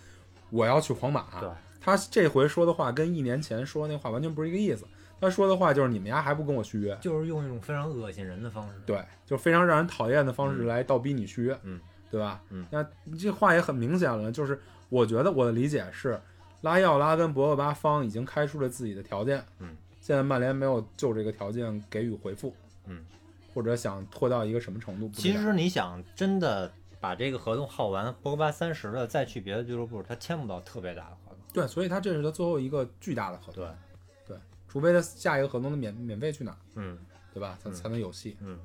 Speaker 2: 我要去皇马，
Speaker 3: 对
Speaker 2: 他这回说的话跟一年前说那话完全不是一个意思。他说的话就是你们家还不跟我续约，
Speaker 3: 就是用一种非常恶心人的方式，
Speaker 2: 对，就非常让人讨厌的方式
Speaker 3: 嗯
Speaker 2: 来倒逼你续约，
Speaker 3: 嗯，
Speaker 2: 对吧？
Speaker 3: 嗯
Speaker 2: 那你这话也很明显了，就是我觉得我的理解是，拉伊奥拉跟博格巴方已经开出了自己的条件，
Speaker 3: 嗯，
Speaker 2: 现在曼联没有就这个条件给予回复，
Speaker 3: 嗯，
Speaker 2: 或者想拖到一个什么程度？不知
Speaker 3: 其
Speaker 2: 道
Speaker 3: 实你想真的把这个合同耗完，博格巴三十了再去别的俱乐部，他签不到特别大的合同，
Speaker 2: 对，所以他这是他最后一个巨大的合同，
Speaker 3: 对，
Speaker 2: 除非他下一个合同的免免费去哪，
Speaker 3: 嗯
Speaker 2: 对吧？他
Speaker 3: 嗯
Speaker 2: 才能有戏。
Speaker 3: 嗯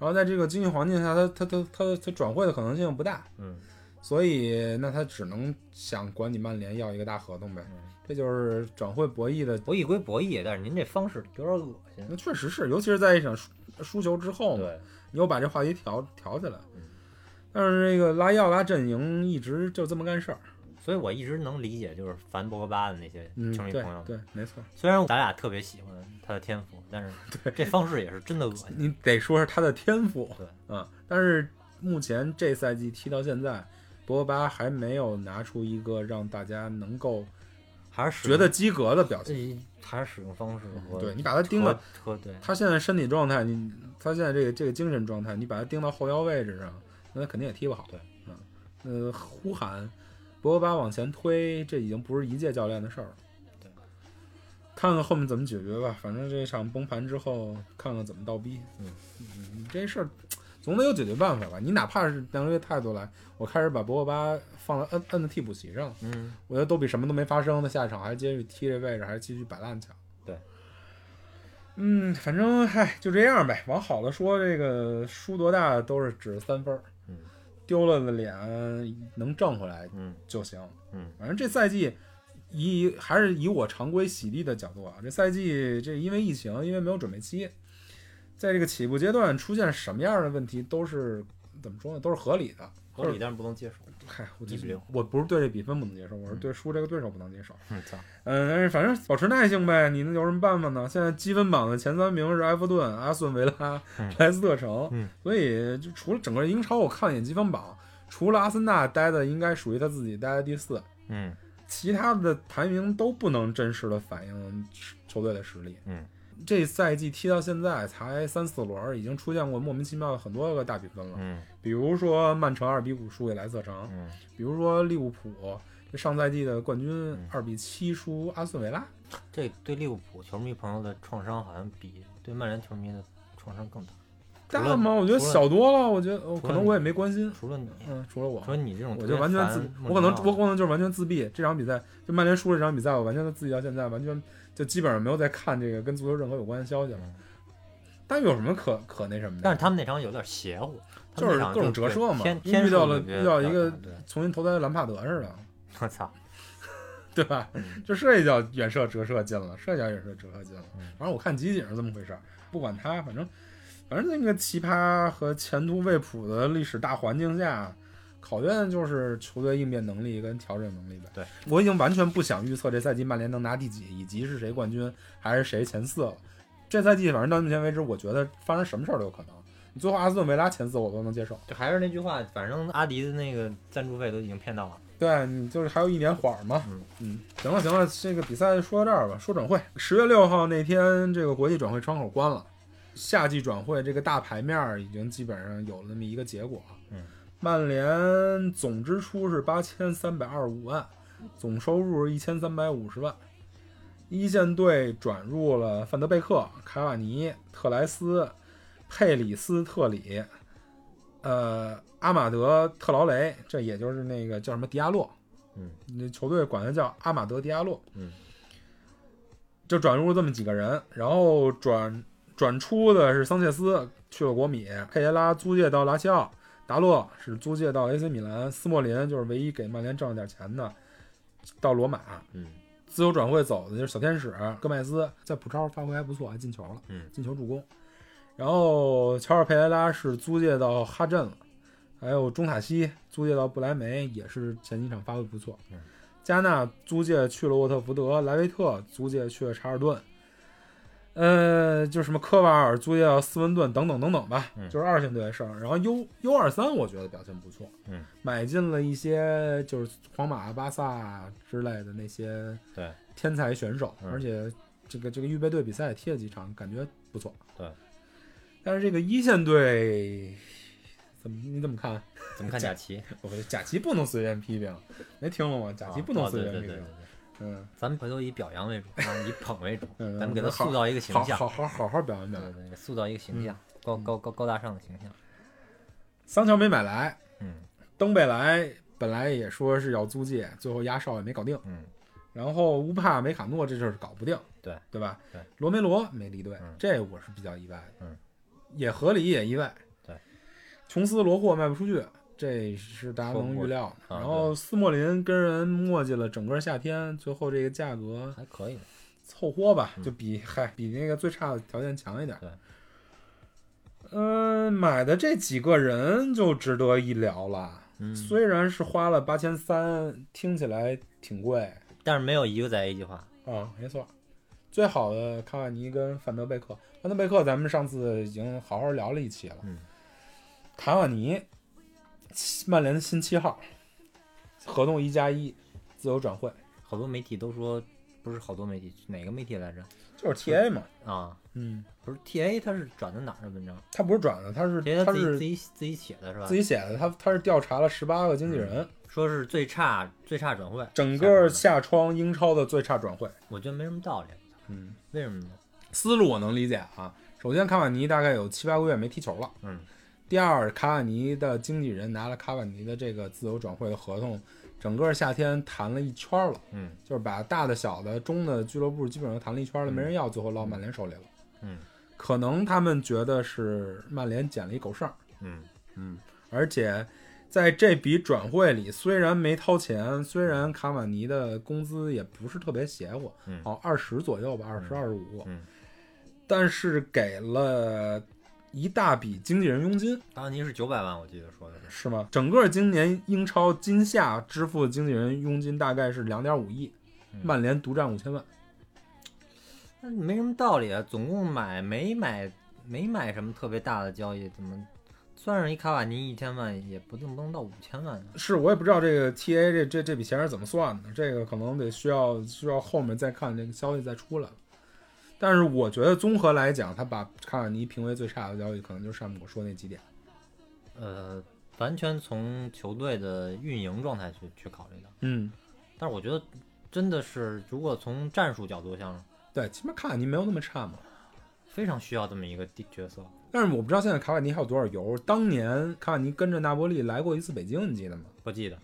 Speaker 2: 然后在这个经济环境下，他他他他他转会的可能性不大，
Speaker 3: 嗯
Speaker 2: 所以那他只能想管你曼联要一个大合同呗，
Speaker 3: 嗯，
Speaker 2: 这就是转会博弈的。
Speaker 3: 博弈归博弈，但是您这方式有点恶心，
Speaker 2: 那确实是，尤其是在一场输输球之后嘛，
Speaker 3: 对，
Speaker 2: 你又把这话题调调起来
Speaker 3: 嗯。
Speaker 2: 但是这个拉伊奥拉阵营一直就这么干事儿，
Speaker 3: 所以我一直能理解就是烦博格巴的那些
Speaker 2: 嗯，
Speaker 3: 球迷
Speaker 2: 对
Speaker 3: 朋友们。
Speaker 2: 对，没错。
Speaker 3: 虽然咱俩特别喜欢他的天赋，但是这方式也是真的恶心。
Speaker 2: 你得说是他的天赋，
Speaker 3: 对，
Speaker 2: 嗯，但是目前这赛季踢到现在，博格巴还没有拿出一个让大家能够
Speaker 3: 还是使
Speaker 2: 觉
Speaker 3: 用
Speaker 2: 得及格的表现。
Speaker 3: 这还是使用方式和
Speaker 2: 对你把他盯了，
Speaker 3: 和对
Speaker 2: 他现在身体状态，你他现在这个这个精神状态，你把他盯到后腰位置上，那他肯定也踢不好。
Speaker 3: 对，
Speaker 2: 嗯，呃，呼喊博格巴往前推，这已经不是一届教练的事儿了。
Speaker 3: 对，
Speaker 2: 看看后面怎么解决吧。反正这场崩盘之后，看看怎么倒逼。
Speaker 3: 嗯
Speaker 2: 嗯，这事儿总得有解决办法吧？你哪怕是能一个态度来，我开始把博格巴放了摁摁到替补席上，
Speaker 3: 嗯，
Speaker 2: 我觉得都比什么都没发生。那下一场还继续踢这位置，还继续摆烂强。
Speaker 3: 对，
Speaker 2: 嗯，反正唉，就这样呗。往好了说，这个输多大都是只是三分儿，
Speaker 3: 嗯，
Speaker 2: 丢了的脸能挣回来
Speaker 3: 嗯
Speaker 2: 就行。
Speaker 3: 嗯，
Speaker 2: 反正这赛季以还是以我常规洗地的角度啊，这赛季这因为疫情，因为没有准备期，在这个起步阶段出现什么样的问题都是怎么说呢？都是合理的。
Speaker 3: 合理但是不能接受。
Speaker 2: 嗨，我
Speaker 3: 一
Speaker 2: 就
Speaker 3: 比嗯零
Speaker 2: 我不是对这比分不能接受，我是对输这个对手不能接受。
Speaker 3: 嗯，操，
Speaker 2: 嗯，但是反正保持耐性呗，你能有什么办法呢？现在积分榜的前三名是埃弗顿、阿斯顿维拉、莱斯特城，
Speaker 3: 嗯
Speaker 2: 所以就除了整个英超，我看了一眼积分榜，除了阿森纳待的应该属于他自己待的第四，
Speaker 3: 嗯
Speaker 2: 其他的排名都不能真实的反映球队的实力。
Speaker 3: 嗯，
Speaker 2: 这赛季踢到现在才三四轮，已经出现过莫名其妙的很多个大比分了，
Speaker 3: 嗯
Speaker 2: 比如说曼城二比五输给莱斯特城，
Speaker 3: 嗯，
Speaker 2: 比如说利物浦这上赛季的冠军
Speaker 3: 嗯
Speaker 2: 二比七输阿斯顿维拉。
Speaker 3: 这对利物浦球迷朋友的创伤好像比对曼联球迷的创伤更大。除
Speaker 2: 大
Speaker 3: 了
Speaker 2: 吗？我觉得
Speaker 3: 除了
Speaker 2: 小多了。我觉得哦
Speaker 3: 除
Speaker 2: 可
Speaker 3: 了
Speaker 2: 能我也没关心。
Speaker 3: 除了你，
Speaker 2: 嗯，除了我
Speaker 3: 除，了你这种
Speaker 2: 我
Speaker 3: 特
Speaker 2: 就
Speaker 3: 别
Speaker 2: 完
Speaker 3: 烦
Speaker 2: 全
Speaker 3: 穆
Speaker 2: 自
Speaker 3: 里尼奥，
Speaker 2: 我可能我可能就是完全自闭。这场比赛就曼联输了这场比赛，我完全自己到现在完全就基本上没有再看这个跟足球任何有关的消息了
Speaker 3: 嗯。
Speaker 2: 但有什么可可那什么
Speaker 3: 但
Speaker 2: 的？
Speaker 3: 是他们那场有点邪乎，他
Speaker 2: 就
Speaker 3: 们
Speaker 2: 是
Speaker 3: 那场
Speaker 2: 各种折射嘛
Speaker 3: 天
Speaker 2: 因为
Speaker 3: 天
Speaker 2: 遇到
Speaker 3: 数
Speaker 2: 了
Speaker 3: 特别
Speaker 2: 遇到一个
Speaker 3: 大对
Speaker 2: 重新投胎兰帕德似的，
Speaker 3: 我操，
Speaker 2: 对吧？
Speaker 3: 嗯
Speaker 2: 就射一脚远射折射进了，射一脚远射折射进了
Speaker 3: 嗯。
Speaker 2: 反正我看集锦是这么回事儿，不管他，反正反正那个奇葩和前途未卜的历史大环境下，考验的就是球队应变能力跟调整能力呗。
Speaker 3: 对，
Speaker 2: 我已经完全不想预测这赛季曼联能拿第几，以及是谁冠军还是谁前四了。这赛季反正到目前为止，我觉得发生什么事儿都有可能。你最后阿斯顿维拉前四我都能接受，
Speaker 3: 就还是那句话，反正阿迪的那个赞助费都已经骗到了。
Speaker 2: 对你就是还有一点缓儿嘛。
Speaker 3: 嗯
Speaker 2: 嗯，行了行了，这个比赛说到这儿吧。说转会，十月六号那天，这个国际转会窗口关了，夏季转会这个大牌面儿已经基本上有了那么一个结果。
Speaker 3: 嗯，
Speaker 2: 曼联总支出是八千三百二十五万，总收入一千三百五十万。一线队转入了范德贝克、卡瓦尼、特莱斯、佩里斯特里，呃，阿马德特劳雷，这也就是那个叫什么迪亚洛，
Speaker 3: 嗯，
Speaker 2: 那球队管他叫阿马德迪亚洛，
Speaker 3: 嗯，
Speaker 2: 就转入了这么几个人，然后转转出的是桑切斯去了国米，佩耶拉租借到拉齐奥，达洛是租借到 AC 米兰，斯莫林就是唯一给曼联挣了点钱的，到罗马，
Speaker 3: 嗯，
Speaker 2: 自由转会走的就是小天使戈麦斯，在葡超发挥还不错，还进球了，
Speaker 3: 嗯
Speaker 2: 进球助攻。然后乔尔佩莱拉是租借到哈镇了，还有中塔西租借到不莱梅，也是前几场发挥不错。
Speaker 3: 嗯
Speaker 2: 加纳租借去了沃特福德，莱维特租借去了查尔顿，呃，就什么科瓦尔租借到斯文顿等等等等吧，
Speaker 3: 嗯
Speaker 2: 就是二线队的事儿。然后 U U 二三我觉得表现不错，
Speaker 3: 嗯，
Speaker 2: 买进了一些就是皇马、巴萨之类的那些
Speaker 3: 对
Speaker 2: 天才选手，
Speaker 3: 嗯
Speaker 2: 而且这个这个预备队比赛也踢了几场，感觉不错。
Speaker 3: 对，
Speaker 2: 但是这个一线队怎么你怎么看？
Speaker 3: 怎么看贾奇？
Speaker 2: 我觉得贾奇不能随便批评，没听了吗？贾奇不能
Speaker 3: 啊
Speaker 2: 随
Speaker 3: 对
Speaker 2: 便
Speaker 3: 对
Speaker 2: 批
Speaker 3: 对对
Speaker 2: 评。
Speaker 3: 对
Speaker 2: 嗯，
Speaker 3: 咱们回头以表扬为主，啊，以捧为主，
Speaker 2: 嗯
Speaker 3: 咱们给他塑造一个形
Speaker 2: 好
Speaker 3: 象，
Speaker 2: 好嗯好好好表扬表
Speaker 3: 对
Speaker 2: 扬。
Speaker 3: 对对，塑造一个形象，高高高高大上的形象。
Speaker 2: 桑乔没买来，
Speaker 3: 嗯
Speaker 2: 登贝莱本来也说是要租借，最后压哨也没搞定。
Speaker 3: 嗯，
Speaker 2: 然后乌帕梅卡诺这事儿搞不定，
Speaker 3: 对
Speaker 2: 对吧？
Speaker 3: 对，
Speaker 2: 罗梅罗没离队，
Speaker 3: 嗯
Speaker 2: 这我是比较意外的，
Speaker 3: 嗯，
Speaker 2: 也合理也意外。
Speaker 3: 对，
Speaker 2: 琼斯罗霍卖不出去，这是大家
Speaker 3: 说
Speaker 2: 能
Speaker 3: 不
Speaker 2: 预
Speaker 3: 过
Speaker 2: 料的。
Speaker 3: 啊
Speaker 2: 然后斯莫林跟人磨叽了整个夏天，最后这个价格
Speaker 3: 还可以。
Speaker 2: 凑合吧，
Speaker 3: 嗯
Speaker 2: 就比嗨比那个最差的条件强一点。
Speaker 3: 对，
Speaker 2: 嗯、买的这几个人就值得一聊了。
Speaker 3: 嗯，
Speaker 2: 虽然是花了八千三，听起来挺贵，
Speaker 3: 但是没有一个在 A 计划。
Speaker 2: 啊，没错，最好的卡瓦尼跟范德贝克，范德贝克咱们上次已经好好聊了一期了。
Speaker 3: 嗯
Speaker 2: 卡瓦尼，曼联的新七号，合同一加一，自由转会，
Speaker 3: 好多媒体都说，不是好多媒体，哪个媒体来着？
Speaker 2: 就是 TA 嘛。
Speaker 3: 啊，
Speaker 2: 嗯，
Speaker 3: 不是 T A，他是转的哪儿的文章
Speaker 2: 他不是转的，他是
Speaker 3: ？T A
Speaker 2: 他
Speaker 3: 他自己自
Speaker 2: 是
Speaker 3: 己自己写的是吧？
Speaker 2: 自己写的，他他是调查了十八个经纪人，
Speaker 3: 说是最差最差转会，
Speaker 2: 整个
Speaker 3: 下
Speaker 2: 夏窗英超的最差转会。
Speaker 3: 我觉得没什么道理。
Speaker 2: 嗯，
Speaker 3: 为什么呢？
Speaker 2: 思路我能理解啊。首先，卡瓦尼大概有七八个月没踢球了。
Speaker 3: 嗯，
Speaker 2: 第二，卡瓦尼的经纪人拿了卡瓦尼的这个自由转会的合同，整个夏天谈了一圈了，
Speaker 3: 嗯，
Speaker 2: 就是把大的、小的、中的俱乐部基本上谈了一圈了，没人要，最后落曼联手里了。
Speaker 3: 嗯，
Speaker 2: 可能他们觉得是曼联捡了一狗剩儿，
Speaker 3: 嗯
Speaker 2: 而且在这笔转会里，虽然没掏钱，虽然卡瓦尼的工资也不是特别邪乎，
Speaker 3: 嗯
Speaker 2: 好二十左右吧，二十二十五
Speaker 3: 嗯，
Speaker 2: 但是给了一大笔经纪人佣金，
Speaker 3: 当尼是九百万，我记得说的是，
Speaker 2: 是吗？整个今年英超今夏支付的经纪人佣金大概是两点五亿，
Speaker 3: 嗯
Speaker 2: 曼联独占五千万，
Speaker 3: 那没什么道理啊。总共买没买没买什么特别大的交易，怎么算上一卡瓦尼一千万，也不定能到五千万啊呢？
Speaker 2: 是我也不知道这个 TA 这这这笔钱是怎么算的，这个可能得需要需要后面再看这个消息再出来。但是我觉得综合来讲，他把卡瓦尼评为最差的交易，可能就是上面我说那几点。
Speaker 3: 呃，完全从球队的运营状态去去考虑的。
Speaker 2: 嗯，
Speaker 3: 但是我觉得真的是，如果从战术角度上，
Speaker 2: 对，起码卡瓦尼没有那么差嘛。
Speaker 3: 非常需要这么一个地角色。
Speaker 2: 但是我不知道现在卡瓦尼还有多少油。当年卡瓦尼跟着那波利来过一次北京，你记得吗？
Speaker 3: 不记得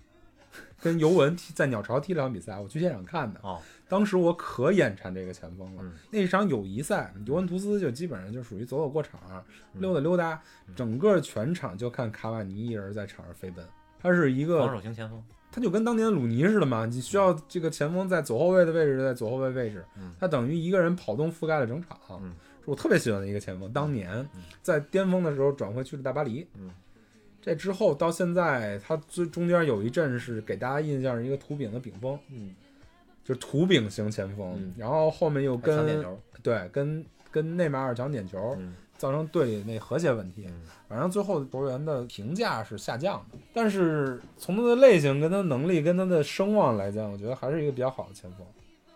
Speaker 2: 跟尤文踢在鸟巢踢了场比赛，我去现场看的。
Speaker 3: 哦，
Speaker 2: 当时我可眼馋这个前锋了。
Speaker 3: 嗯
Speaker 2: 那场友谊赛，尤文图斯就基本上就属于走走过场，
Speaker 3: 嗯
Speaker 2: 溜达溜达，整个全场就看卡瓦尼一人在场上飞奔。他是一
Speaker 3: 防
Speaker 2: 个，
Speaker 3: 守型前锋，
Speaker 2: 他就跟当年鲁尼似的嘛，你需要这个前锋在左后卫的位置，在左后卫位置，
Speaker 3: 嗯
Speaker 2: 他等于一个人跑动覆盖了整场。
Speaker 3: 嗯
Speaker 2: 是我特别喜欢的一个前锋，当年
Speaker 3: 嗯
Speaker 2: 在巅峰的时候转会去了大巴黎。
Speaker 3: 嗯
Speaker 2: 这之后到现在，他最中间有一阵是给大家印象是一个土饼的饼锋，
Speaker 3: 嗯，
Speaker 2: 就是土饼型前锋，
Speaker 3: 嗯
Speaker 2: 然后后面又
Speaker 3: 还抢点
Speaker 2: 跟
Speaker 3: 球，
Speaker 2: 对跟跟内马尔抢点球，
Speaker 3: 嗯
Speaker 2: 造成队里那和谐问题。
Speaker 3: 嗯
Speaker 2: 反正最后球员的评价是下降的，但是从他的类型、跟他能力、跟他的声望来讲，我觉得还是一个比较好的前锋。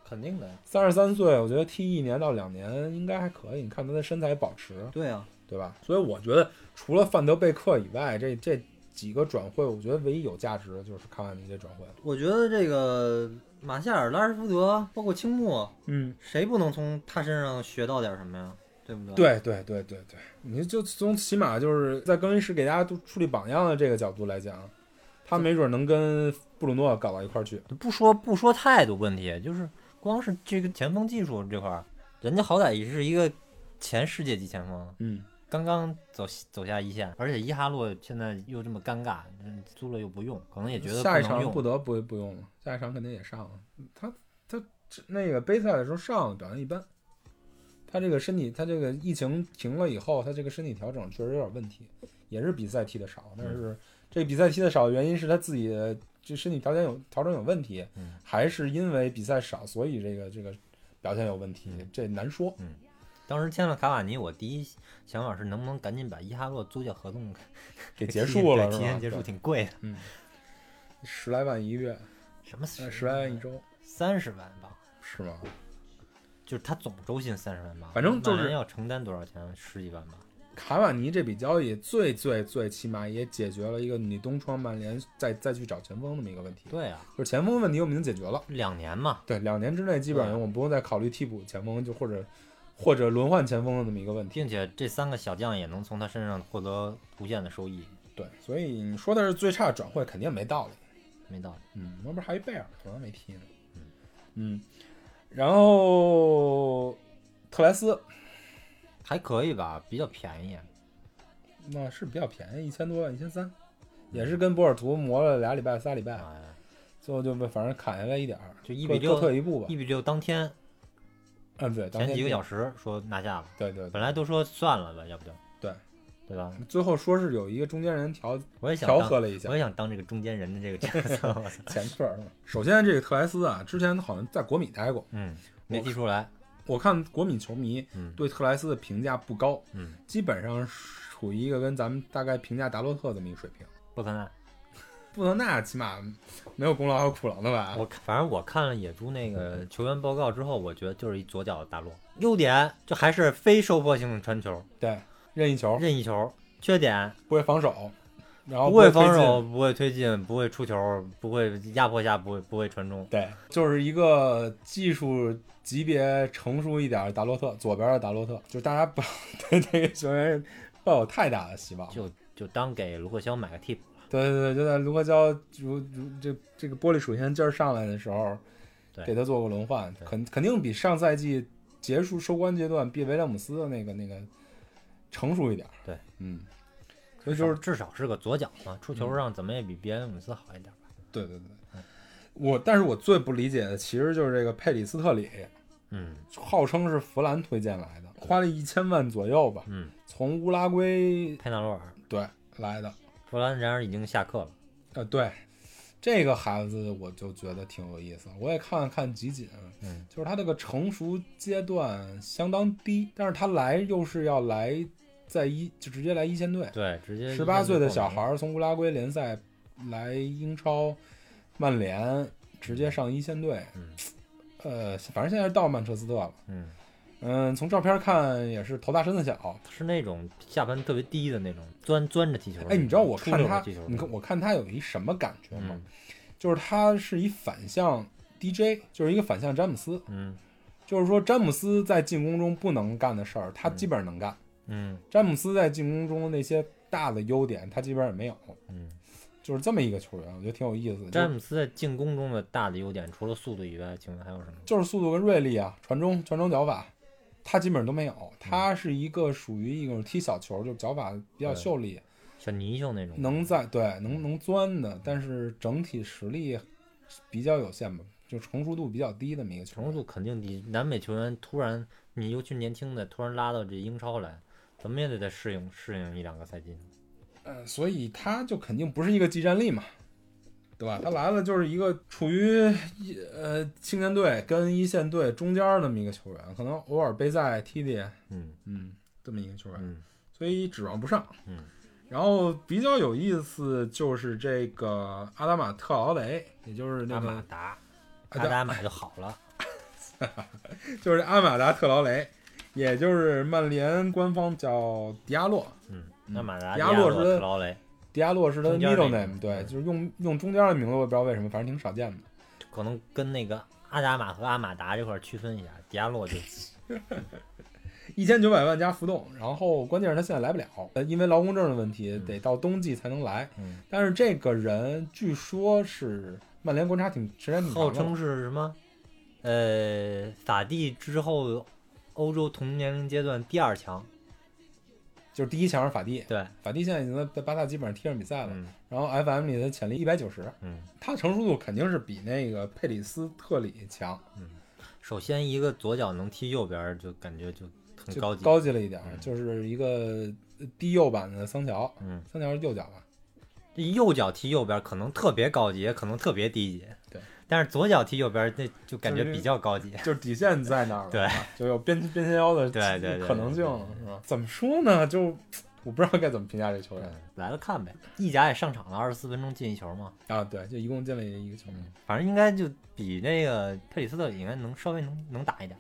Speaker 3: 肯定的呀。
Speaker 2: 三十三岁，我觉得踢一年到两年应该还可以。你看他的身材保持，
Speaker 3: 对啊，
Speaker 2: 对吧？所以我觉得除了范德贝克以外，这这几个转会，我觉得唯一有价值的就是卡瓦尼这转会。
Speaker 3: 我觉得这个马夏尔、拉什福德，包括青木，
Speaker 2: 嗯，
Speaker 3: 谁不能从他身上学到点什么呀？对不对？，
Speaker 2: 啊对对对对对，你就从起码就是在更衣室给大家都树立榜样的这个角度来讲，他没准能跟布鲁诺搞到一块儿去。
Speaker 3: 不说不说态度问题，就是光是这个前锋技术这块儿，人家好歹也是一个前世界级前锋，
Speaker 2: 嗯，
Speaker 3: 刚刚走走下一线，而且伊哈洛现在又这么尴尬，嗯租了又不用，可能也觉得
Speaker 2: 下一
Speaker 3: 能
Speaker 2: 场
Speaker 3: 用。
Speaker 2: 不得不不用了，下一场肯定也上了。他他这那个杯赛的时候上了，表现一般。他这个身体，他这个疫情停了以后，他这个身体调整确实有点问题，也是比赛踢的少，
Speaker 3: 嗯
Speaker 2: 但是这个比赛踢的少的原因是他自己的这身体条件有调整有问题，
Speaker 3: 嗯
Speaker 2: 还是因为比赛少，所以这个这个表现有问题，
Speaker 3: 嗯
Speaker 2: 这难说。
Speaker 3: 当时签了卡瓦尼，我第一想法是能不能赶紧把伊哈洛租借合同
Speaker 2: 给
Speaker 3: 给
Speaker 2: 结
Speaker 3: 提
Speaker 2: 束 了
Speaker 3: 对
Speaker 2: 是
Speaker 3: 提
Speaker 2: 吧？
Speaker 3: 前结束
Speaker 2: 对
Speaker 3: 挺贵的，
Speaker 2: 嗯，十来万一个月，
Speaker 3: 什么啊
Speaker 2: 呃十来万一周
Speaker 3: 三十万吧，
Speaker 2: 是吗？
Speaker 3: 就是他总周薪三十万吧，
Speaker 2: 反正就是
Speaker 3: 曼联要承担多少钱，十几万吧。
Speaker 2: 卡瓦尼这笔交易最最最起码也解决了一个你东窗曼联再再去找前锋那么一个问题，
Speaker 3: 对啊，
Speaker 2: 就是前锋问题我们已经解决了。
Speaker 3: 两年嘛，
Speaker 2: 对，两年之内基本上
Speaker 3: 对
Speaker 2: 我们不用再考虑替补前锋，就或者或者轮换前锋的那么一个问题。
Speaker 3: 并且这三个小将也能从他身上获得无限的收益，
Speaker 2: 对，所以你说的是最差转会肯定没道理。
Speaker 3: 没道理。
Speaker 2: 嗯，那不是还有贝尔可能没踢呢。嗯，然后特莱斯
Speaker 3: 还可以吧，比较便宜。啊
Speaker 2: 那是比较便宜，一千多万，一千三，也是跟波尔图磨了俩礼拜、仨礼拜，
Speaker 3: 哎，
Speaker 2: 最后就被反正砍下来一点儿，
Speaker 3: 就一
Speaker 2: 各
Speaker 3: 比
Speaker 2: 各退
Speaker 3: 六，
Speaker 2: 一步吧
Speaker 3: 一。比六当天
Speaker 2: 嗯，对，当
Speaker 3: 前
Speaker 2: 天
Speaker 3: 几
Speaker 2: 定
Speaker 3: 个小时说拿下了，
Speaker 2: 对对，对
Speaker 3: 本来都说算了吧，要不就
Speaker 2: 对
Speaker 3: 对吧？
Speaker 2: 最后说是有一个中间人调
Speaker 3: 我也想
Speaker 2: 调
Speaker 3: 当
Speaker 2: 和了一下
Speaker 3: 我也想当这个中间人的这个角色。我 操
Speaker 2: 前客儿。首先，这个特莱斯啊，之前好像在国米待过，
Speaker 3: 嗯，没踢出来。
Speaker 2: 我看国米球迷
Speaker 3: 嗯
Speaker 2: 对特莱斯的评价不高，
Speaker 3: 嗯，
Speaker 2: 基本上处于一个跟咱们大概评价达洛特这么一个水平。
Speaker 3: 洛特纳，
Speaker 2: 布德纳起码没有功劳还有苦劳的吧？
Speaker 3: 我看反正我看了野猪那
Speaker 2: 嗯
Speaker 3: 个球员报告之后，我觉得就是一左脚的大洛。优点就还是非收迫性的传球、
Speaker 2: 对，任意球
Speaker 3: 任意球；缺点
Speaker 2: 不会防守，然后
Speaker 3: 不会
Speaker 2: 哦推
Speaker 3: 防
Speaker 2: 进
Speaker 3: 守，，不会推进，不会出球，不会压迫下，不会不会传中。
Speaker 2: 对，就是一个技术级别成熟一点儿的 达洛特，左边的达洛特，就是大家不要对这个球员抱有太大的希望。
Speaker 3: 就就当给卢克肖买个 tip。
Speaker 2: 对对对，就在卢克肖如如这这个玻璃属性劲儿上来的时候，
Speaker 3: 对
Speaker 2: 给他做过轮换，
Speaker 3: 对
Speaker 2: 肯肯定比上赛季结束收官阶段毕维莱姆斯的那个那个成熟一点。
Speaker 3: 对，
Speaker 2: 嗯，所以就是
Speaker 3: 至少是个左脚嘛，出球上怎么也比比埃姆斯好一点吧。
Speaker 2: 对对对，
Speaker 3: 嗯
Speaker 2: 我但是我最不理解的其实就是这个佩里斯特里，
Speaker 3: 嗯
Speaker 2: 号称是弗兰推荐来的，花了一千万左右吧，
Speaker 3: 嗯，
Speaker 2: 从乌拉圭
Speaker 3: 佩纳罗尔、
Speaker 2: 对来的。
Speaker 3: 弗兰然而已经下课了。
Speaker 2: 呃，对，这个孩子我就觉得挺有意思，我也看了看集锦，
Speaker 3: 嗯，
Speaker 2: 就是他这个成熟阶段相当低，但是他来又是要来在一就直接来一线队，
Speaker 3: 对，直接
Speaker 2: 十八岁的小孩
Speaker 3: 儿，
Speaker 2: 儿从乌拉圭联赛来英超曼联，直接上一线队，
Speaker 3: 嗯
Speaker 2: 呃，反正现在是到曼彻斯特了，
Speaker 3: 嗯，
Speaker 2: 嗯，从照片看也是头大身子小。
Speaker 3: 是那种下盘特别低的那种，钻钻着踢球的那
Speaker 2: 哎，
Speaker 3: 种。
Speaker 2: 你知道我
Speaker 3: 出
Speaker 2: 看
Speaker 3: 溜
Speaker 2: 他
Speaker 3: 着踢球，的
Speaker 2: 你看我看他有一什么感觉吗？
Speaker 3: 嗯
Speaker 2: 就是他是一反向 DJ，就是一个反向詹姆斯，
Speaker 3: 嗯
Speaker 2: 就是说詹姆斯在进攻中不能干的事儿，他基本上能干；
Speaker 3: 嗯
Speaker 2: 詹姆斯在进攻中的那些大的优点，他基本上也没有。
Speaker 3: 嗯，
Speaker 2: 就是这么一个球员，我觉得挺有意思的。
Speaker 3: 詹
Speaker 2: 就
Speaker 3: 姆斯在进攻中的大的优点，除了速度以外，请问还有什么？
Speaker 2: 就是速度跟锐利啊，传中、传中脚法，他基本上都没有。他是一个属于一种踢小球，就脚法比较
Speaker 3: 对
Speaker 2: 秀丽，
Speaker 3: 小泥鳅那种，
Speaker 2: 能在对能能钻的，但是整体实力比较有限吧，就成熟度比较低的这么一个球
Speaker 3: 成
Speaker 2: 员。
Speaker 3: 熟度肯定低。南美球员突然，你尤其年轻的，突然拉到这英超来，怎么也得再适应适应一两个赛季。
Speaker 2: 呃，所以他就肯定不是一个集战力嘛，对吧？他来了就是一个处于一呃青年队跟一线队中间儿那么一个球员，可能偶尔杯赛踢踢，
Speaker 3: 嗯
Speaker 2: 嗯，这么一个球员，
Speaker 3: 嗯
Speaker 2: 所以指望不上。
Speaker 3: 嗯，
Speaker 2: 然后比较有意思就是这个阿达马特劳雷，也就是那
Speaker 3: 阿
Speaker 2: 个
Speaker 3: 马达，
Speaker 2: 啊
Speaker 3: 阿达马就好了。
Speaker 2: 就是阿马达特劳雷，也就是曼联官方叫迪亚洛，
Speaker 3: 嗯，
Speaker 2: 嗯
Speaker 3: 阿马达，
Speaker 2: 迪亚洛
Speaker 3: 洛
Speaker 2: 是
Speaker 3: 特劳雷，
Speaker 2: 迪亚洛是他的
Speaker 3: 中间
Speaker 2: middle
Speaker 3: 那个
Speaker 2: name，对，
Speaker 3: 嗯
Speaker 2: 就是用用中间的名字，我也不知道为什么，反正挺少见的。
Speaker 3: 可能跟那个阿达马和阿马达这块儿区分一下，迪亚洛就
Speaker 2: 一千九百万加浮动，然后关键是他现在来不了，呃，因为劳工证的问题，得到冬季才能来。
Speaker 3: 嗯
Speaker 2: 但是这个人据说是曼联观察挺时间挺
Speaker 3: 嗯
Speaker 2: 长
Speaker 3: 号
Speaker 2: 的
Speaker 3: 称
Speaker 2: 了，
Speaker 3: 是什么？呃，法蒂之后，欧洲同年龄阶段第二强。
Speaker 2: 就是第一强是法蒂，
Speaker 3: 对，
Speaker 2: 法蒂现在已经在巴萨基本上踢上比赛了，
Speaker 3: 嗯
Speaker 2: 然后 FM 里的潜力一百九十，
Speaker 3: 嗯。
Speaker 2: 他的成熟度肯定是比那个佩里斯特里强，
Speaker 3: 首先，一个左脚能踢右边儿，就感觉就很
Speaker 2: 就
Speaker 3: 嗯高级。
Speaker 2: 高级了一点儿，
Speaker 3: 嗯
Speaker 2: 就是一个低右版的桑乔，
Speaker 3: 嗯，
Speaker 2: 桑乔是右脚吧？
Speaker 3: 这右脚踢右边儿可能特别高级，也可能特别低级。
Speaker 2: 对。
Speaker 3: 但是左脚踢右边儿，那就感觉
Speaker 2: 就是
Speaker 3: 比较高级。
Speaker 2: 就是底线在那儿了，
Speaker 3: 对，
Speaker 2: 就有边边线腰的
Speaker 3: 对对对
Speaker 2: 可能性了，是吧？怎么说呢？就我不知道该怎么评价这球员
Speaker 3: 嗯来了看呗，意甲也上场了，二十四分钟进一球嘛。
Speaker 2: 啊。对，就一共进了一个球，
Speaker 3: 反正应该就比那个佩里斯特里应该能稍微能能打一点。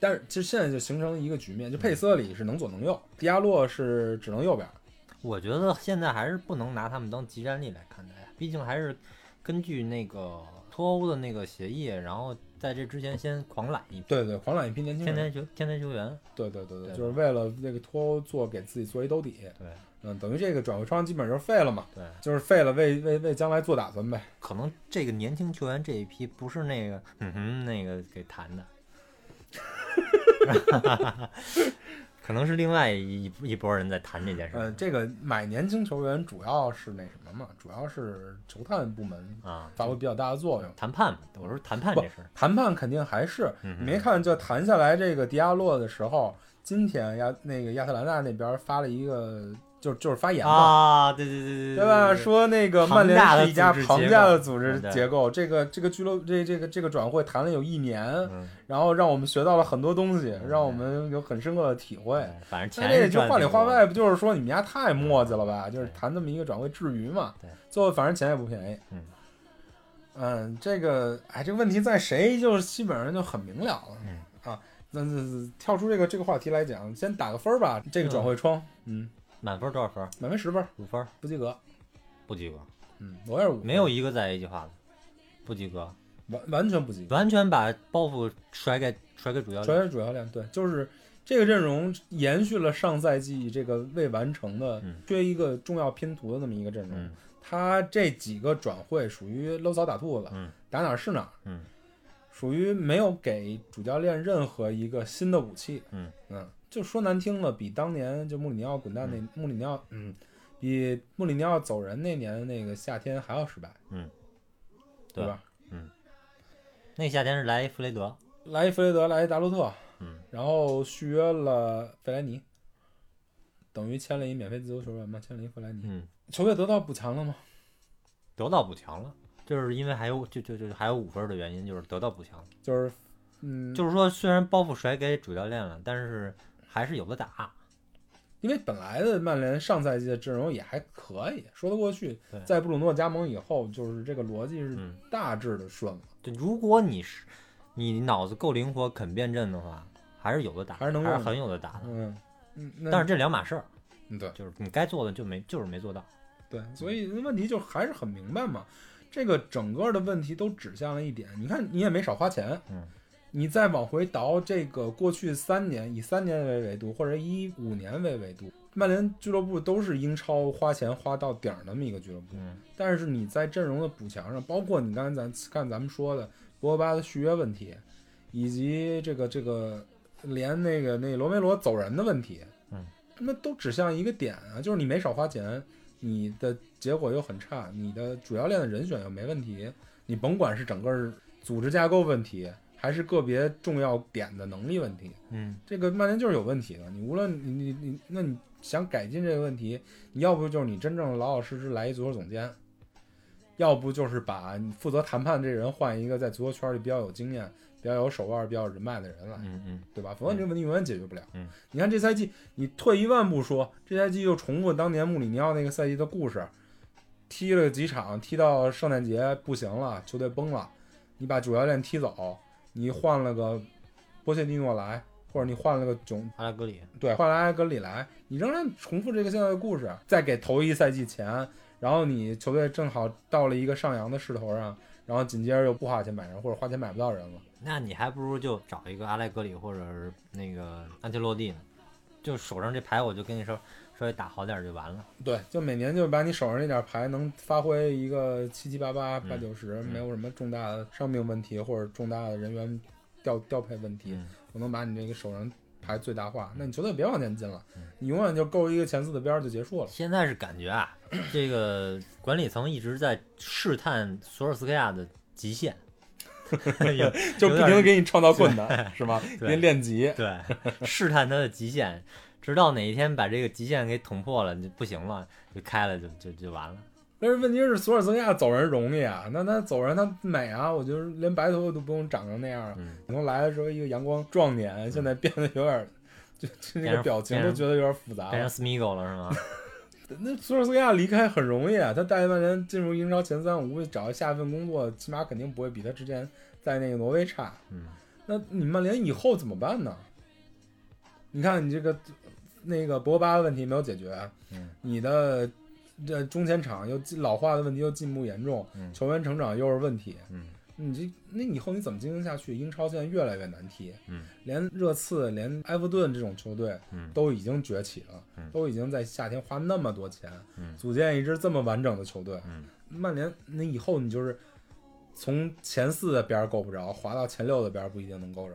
Speaker 2: 但是就现在就形成一个局面，就
Speaker 3: 嗯
Speaker 2: 佩斯特里是能左能右，迪亚洛是只能右边。
Speaker 3: 我觉得现在还是不能拿他们当集战力来看待，啊毕竟还是根据那个脱欧的那个协议，然后在这之前先狂揽一批
Speaker 2: 对对，狂揽一批年轻
Speaker 3: 天
Speaker 2: 人。
Speaker 3: 才球天才球员。
Speaker 2: 对对对对，
Speaker 3: 对
Speaker 2: 就是为了那个脱欧做给自己做一兜底。
Speaker 3: 对
Speaker 2: 嗯，等于这个转会窗基本上就是废了嘛，
Speaker 3: 对，
Speaker 2: 就是废了为为为将来做打算呗。
Speaker 3: 可能这个年轻球员这一批不是那个 嗯哼那个给谈的， 可能是另外一一一波人在谈这件事
Speaker 2: 嗯、
Speaker 3: 儿
Speaker 2: 这个买年轻球员主要是那什么嘛，主要是球探部门
Speaker 3: 啊，
Speaker 2: 发挥比较大的作用。
Speaker 3: 谈判嘛，我说谈判
Speaker 2: 嗯不
Speaker 3: 这事儿。
Speaker 2: 谈判肯定还是
Speaker 3: 嗯
Speaker 2: 你没看，就谈下来这个迪亚洛的时候，今天亚那个亚特兰大那边发了一个，就就是发言嘛，
Speaker 3: 啊，对对对对
Speaker 2: 对吧？说那个曼联是一家庞
Speaker 3: 庞
Speaker 2: 大
Speaker 3: 大
Speaker 2: 的
Speaker 3: 的
Speaker 2: 组
Speaker 3: 组
Speaker 2: 织
Speaker 3: 织
Speaker 2: 结
Speaker 3: 结构
Speaker 2: 构，这个这个俱乐这这个这个转会谈了有一年，
Speaker 3: 嗯，
Speaker 2: 然后让我们学到了很多东西，
Speaker 3: 嗯
Speaker 2: 让我们有很深刻的体会。
Speaker 3: 对反正
Speaker 2: 那
Speaker 3: 钱
Speaker 2: 这
Speaker 3: 是
Speaker 2: 就
Speaker 3: 赚
Speaker 2: 话里
Speaker 3: 挺
Speaker 2: 话
Speaker 3: 多的嗯
Speaker 2: 外，不就是说你们家太磨叽了吧？就是
Speaker 3: 对
Speaker 2: 谈这么一个转会，至于吗？
Speaker 3: 对，
Speaker 2: 最后反正钱也不便宜。
Speaker 3: 嗯
Speaker 2: 嗯这个哎，这个问题在谁，就是基本上就很明了了。
Speaker 3: 嗯
Speaker 2: 啊，那那那跳出这个这个话题来讲，先打个分儿吧。这个转会窗，嗯，
Speaker 3: 满分多少分？
Speaker 2: 满分十分
Speaker 3: 五分
Speaker 2: 不及格。
Speaker 3: 不及格，
Speaker 2: 嗯，我也是五分，
Speaker 3: 没有一个在一句话的，不及格，
Speaker 2: 完完全不及格。
Speaker 3: 完全把包袱甩给甩给主教练。
Speaker 2: 全是主教练，对，就是这个阵容延续了上赛季这个未完成的
Speaker 3: 嗯
Speaker 2: 缺一个重要拼图的那么一个阵容。
Speaker 3: 嗯
Speaker 2: 他这几个转会属于搂草打兔子，
Speaker 3: 嗯
Speaker 2: 打哪儿是哪儿，
Speaker 3: 嗯
Speaker 2: 属于没有给主教练任何一个新的武器。
Speaker 3: 嗯
Speaker 2: 就说难听了，比当年就穆里尼奥滚蛋那、穆里尼奥，嗯，比穆里尼奥走人那年那个夏天还要失败，
Speaker 3: 嗯
Speaker 2: 对
Speaker 3: 对
Speaker 2: 吧？
Speaker 3: 那个夏天是来一弗雷德，
Speaker 2: 来一弗雷德，来一达洛特，
Speaker 3: 嗯，
Speaker 2: 然后续约了费莱尼，等于签了一免费自由球员嘛，签了一费莱尼。
Speaker 3: 嗯，
Speaker 2: 球队得到补强了吗？
Speaker 3: 得到补强了，就是因为还有就就就还有五分儿的原因，就是得到补强了，
Speaker 2: 就是，嗯，
Speaker 3: 就是说虽然包袱甩给主教练了，但是还是有的打，
Speaker 2: 因为本来的曼联上赛季的阵容也还可以，说得过去
Speaker 3: 对。
Speaker 2: 在布鲁诺加盟以后，就是这个逻辑是
Speaker 3: 嗯
Speaker 2: 大致的顺了，
Speaker 3: 就如果你是你脑子够灵活肯变阵的话，还是有的打，
Speaker 2: 还
Speaker 3: 还
Speaker 2: 是能用的
Speaker 3: 很有的打的，
Speaker 2: 嗯嗯，那
Speaker 3: 但是这两码事儿，
Speaker 2: 嗯对
Speaker 3: 就是你该做的就没就是没做到，
Speaker 2: 对，所以问题就还是很明白嘛。这个整个的问题都指向了一点，你看你也没少花钱，
Speaker 3: 嗯，
Speaker 2: 你再往回倒这个过去三年，以三年为维度或者以五年为维度，曼联俱乐部都是英超花钱花到顶儿那么一个俱乐部，
Speaker 3: 嗯
Speaker 2: 但是你在阵容的补强上，包括你刚才咱看咱们说的博格巴的续约问题，以及这个这个连那个那罗梅罗走人的问题，
Speaker 3: 嗯，
Speaker 2: 那都指向一个点啊，就是你没少花钱，你的结果又很差，你的主教练的人选又没问题，你甭管是整个组织架构问题，还是个别重要点的能力问题，
Speaker 3: 嗯
Speaker 2: 这个曼联就是有问题的。你无论你你你，那你想改进这个问题，你要不就是你真正老老实实来一足球总监，要不就是把你负责谈判这人换一个在足球圈里比较有经验、比较有手腕、比较有人脉的人来，
Speaker 3: 嗯嗯，
Speaker 2: 对吧？否则你这个问题永远解决不了。
Speaker 3: 嗯
Speaker 2: 你看这赛季，你退一万步说，这赛季又重复当年穆里尼奥那个赛季的故事，踢了几场，踢到圣诞节不行了，球队崩了，你把主教练踢走，你换了个波切蒂诺来。或者你换了个囧
Speaker 3: 阿拉格里，
Speaker 2: 对，换来埃格里来，你仍然重复这个现在的故事，再给头一赛季钱，然后你球队正好到了一个上扬的势头上，然后紧接着又不花钱买人，或者花钱买不到人了。
Speaker 3: 那你还不如就找一个阿莱格里或者是那个安切洛蒂呢，就手上这牌我就跟你说稍微打好点儿就完了。
Speaker 2: 对，就每年就把你手上那点牌能发挥一个七七八八八九十，
Speaker 3: 嗯
Speaker 2: 没有什么重大的伤病问题或者重大的人员调调配问题，
Speaker 3: 嗯
Speaker 2: 我能把你这个手上牌最大化，那你球队别往前进了，
Speaker 3: 嗯
Speaker 2: 你永远就够一个前四的边儿就结束了。
Speaker 3: 现在是感觉啊， 这个管理层一直在试探索尔斯克亚的极 限，有
Speaker 2: 就不停的给你创造困
Speaker 3: 有
Speaker 2: 难，是吧？
Speaker 3: 对
Speaker 2: 练练级，
Speaker 3: 对，试探他的极限，直到哪一天把这个极限给捅破了，就不行了，就开了，就就就完了。
Speaker 2: 但是问题是，索尔斯克亚走人容易啊，那他走人他美啊，我觉得连白头发都不用长成那样啊。
Speaker 3: 嗯
Speaker 2: 可能来的时候一个阳光壮年，现在变得有点，就就那
Speaker 3: 变
Speaker 2: 个
Speaker 3: 成
Speaker 2: 表情
Speaker 3: 变
Speaker 2: 都
Speaker 3: 成
Speaker 2: 觉得有点复杂
Speaker 3: 变成
Speaker 2: 了。
Speaker 3: Smigo 了是吗？
Speaker 2: 那索尔斯克亚离开很容易啊，他带曼联进入英超前三，我估计找下一份工作，起码肯定不会比他之前在那个挪威差。
Speaker 3: 嗯，
Speaker 2: 那你曼联以后怎么办呢？你看你这个那个博格巴的问题没有解决，啊
Speaker 3: 嗯
Speaker 2: 你的这中前场又进老化的问题又进步严重，
Speaker 3: 嗯
Speaker 2: 球员成长又是问题，
Speaker 3: 嗯，
Speaker 2: 你这那以后你怎么经营下去？英超现在越来越难踢，
Speaker 3: 嗯，
Speaker 2: 连热刺、连埃弗顿这种球队，
Speaker 3: 嗯
Speaker 2: 都已经崛起了，
Speaker 3: 嗯
Speaker 2: 都已经在夏天花那么多钱，
Speaker 3: 嗯
Speaker 2: 组建一支这么完整的球队，
Speaker 3: 嗯
Speaker 2: 曼联那以后你就是从前四的边儿够不着，滑到前六的边儿不一定能够着，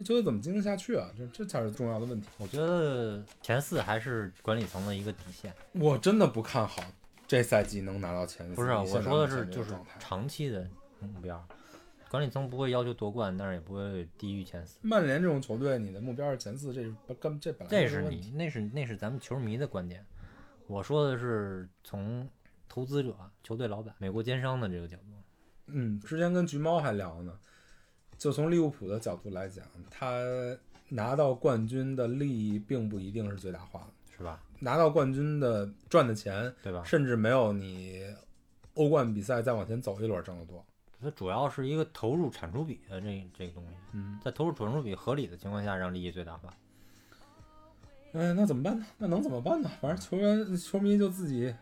Speaker 2: 这球队怎么经营下去啊？这这才是重要的问题。
Speaker 3: 我觉得前四还是管理层的一个底线。
Speaker 2: 我真的不看好这赛季能拿到前四。
Speaker 3: 不是啊，
Speaker 2: 以现
Speaker 3: 我
Speaker 2: 在
Speaker 3: 说的
Speaker 2: 目
Speaker 3: 是
Speaker 2: 前这
Speaker 3: 就
Speaker 2: 个
Speaker 3: 是
Speaker 2: 状态
Speaker 3: 长期的目标，管理层不会要求夺冠，但是也不会低于前四。
Speaker 2: 曼联这种球队，你的目标是前四，这是不根这本来
Speaker 3: 这
Speaker 2: 就是问
Speaker 3: 你
Speaker 2: 题，
Speaker 3: 那是那是咱们球迷的观点，我说的是从投资者、球队老板、美国奸商的这个角度。
Speaker 2: 嗯，之前跟橘猫还聊呢，就从利物浦的角度来讲，他拿到冠军的利益并不一定是最大化的，
Speaker 3: 是吧？
Speaker 2: 拿到冠军的赚的钱，
Speaker 3: 对吧？
Speaker 2: 甚至没有你欧冠比赛再往前走一轮挣得多。
Speaker 3: 它主要是一个投入产出比的这这个东西，
Speaker 2: 嗯，
Speaker 3: 在投入产出比合理的情况下，让利益最大化。
Speaker 2: 哎，那怎么办呢？那能怎么办呢？反正球员、球迷就自己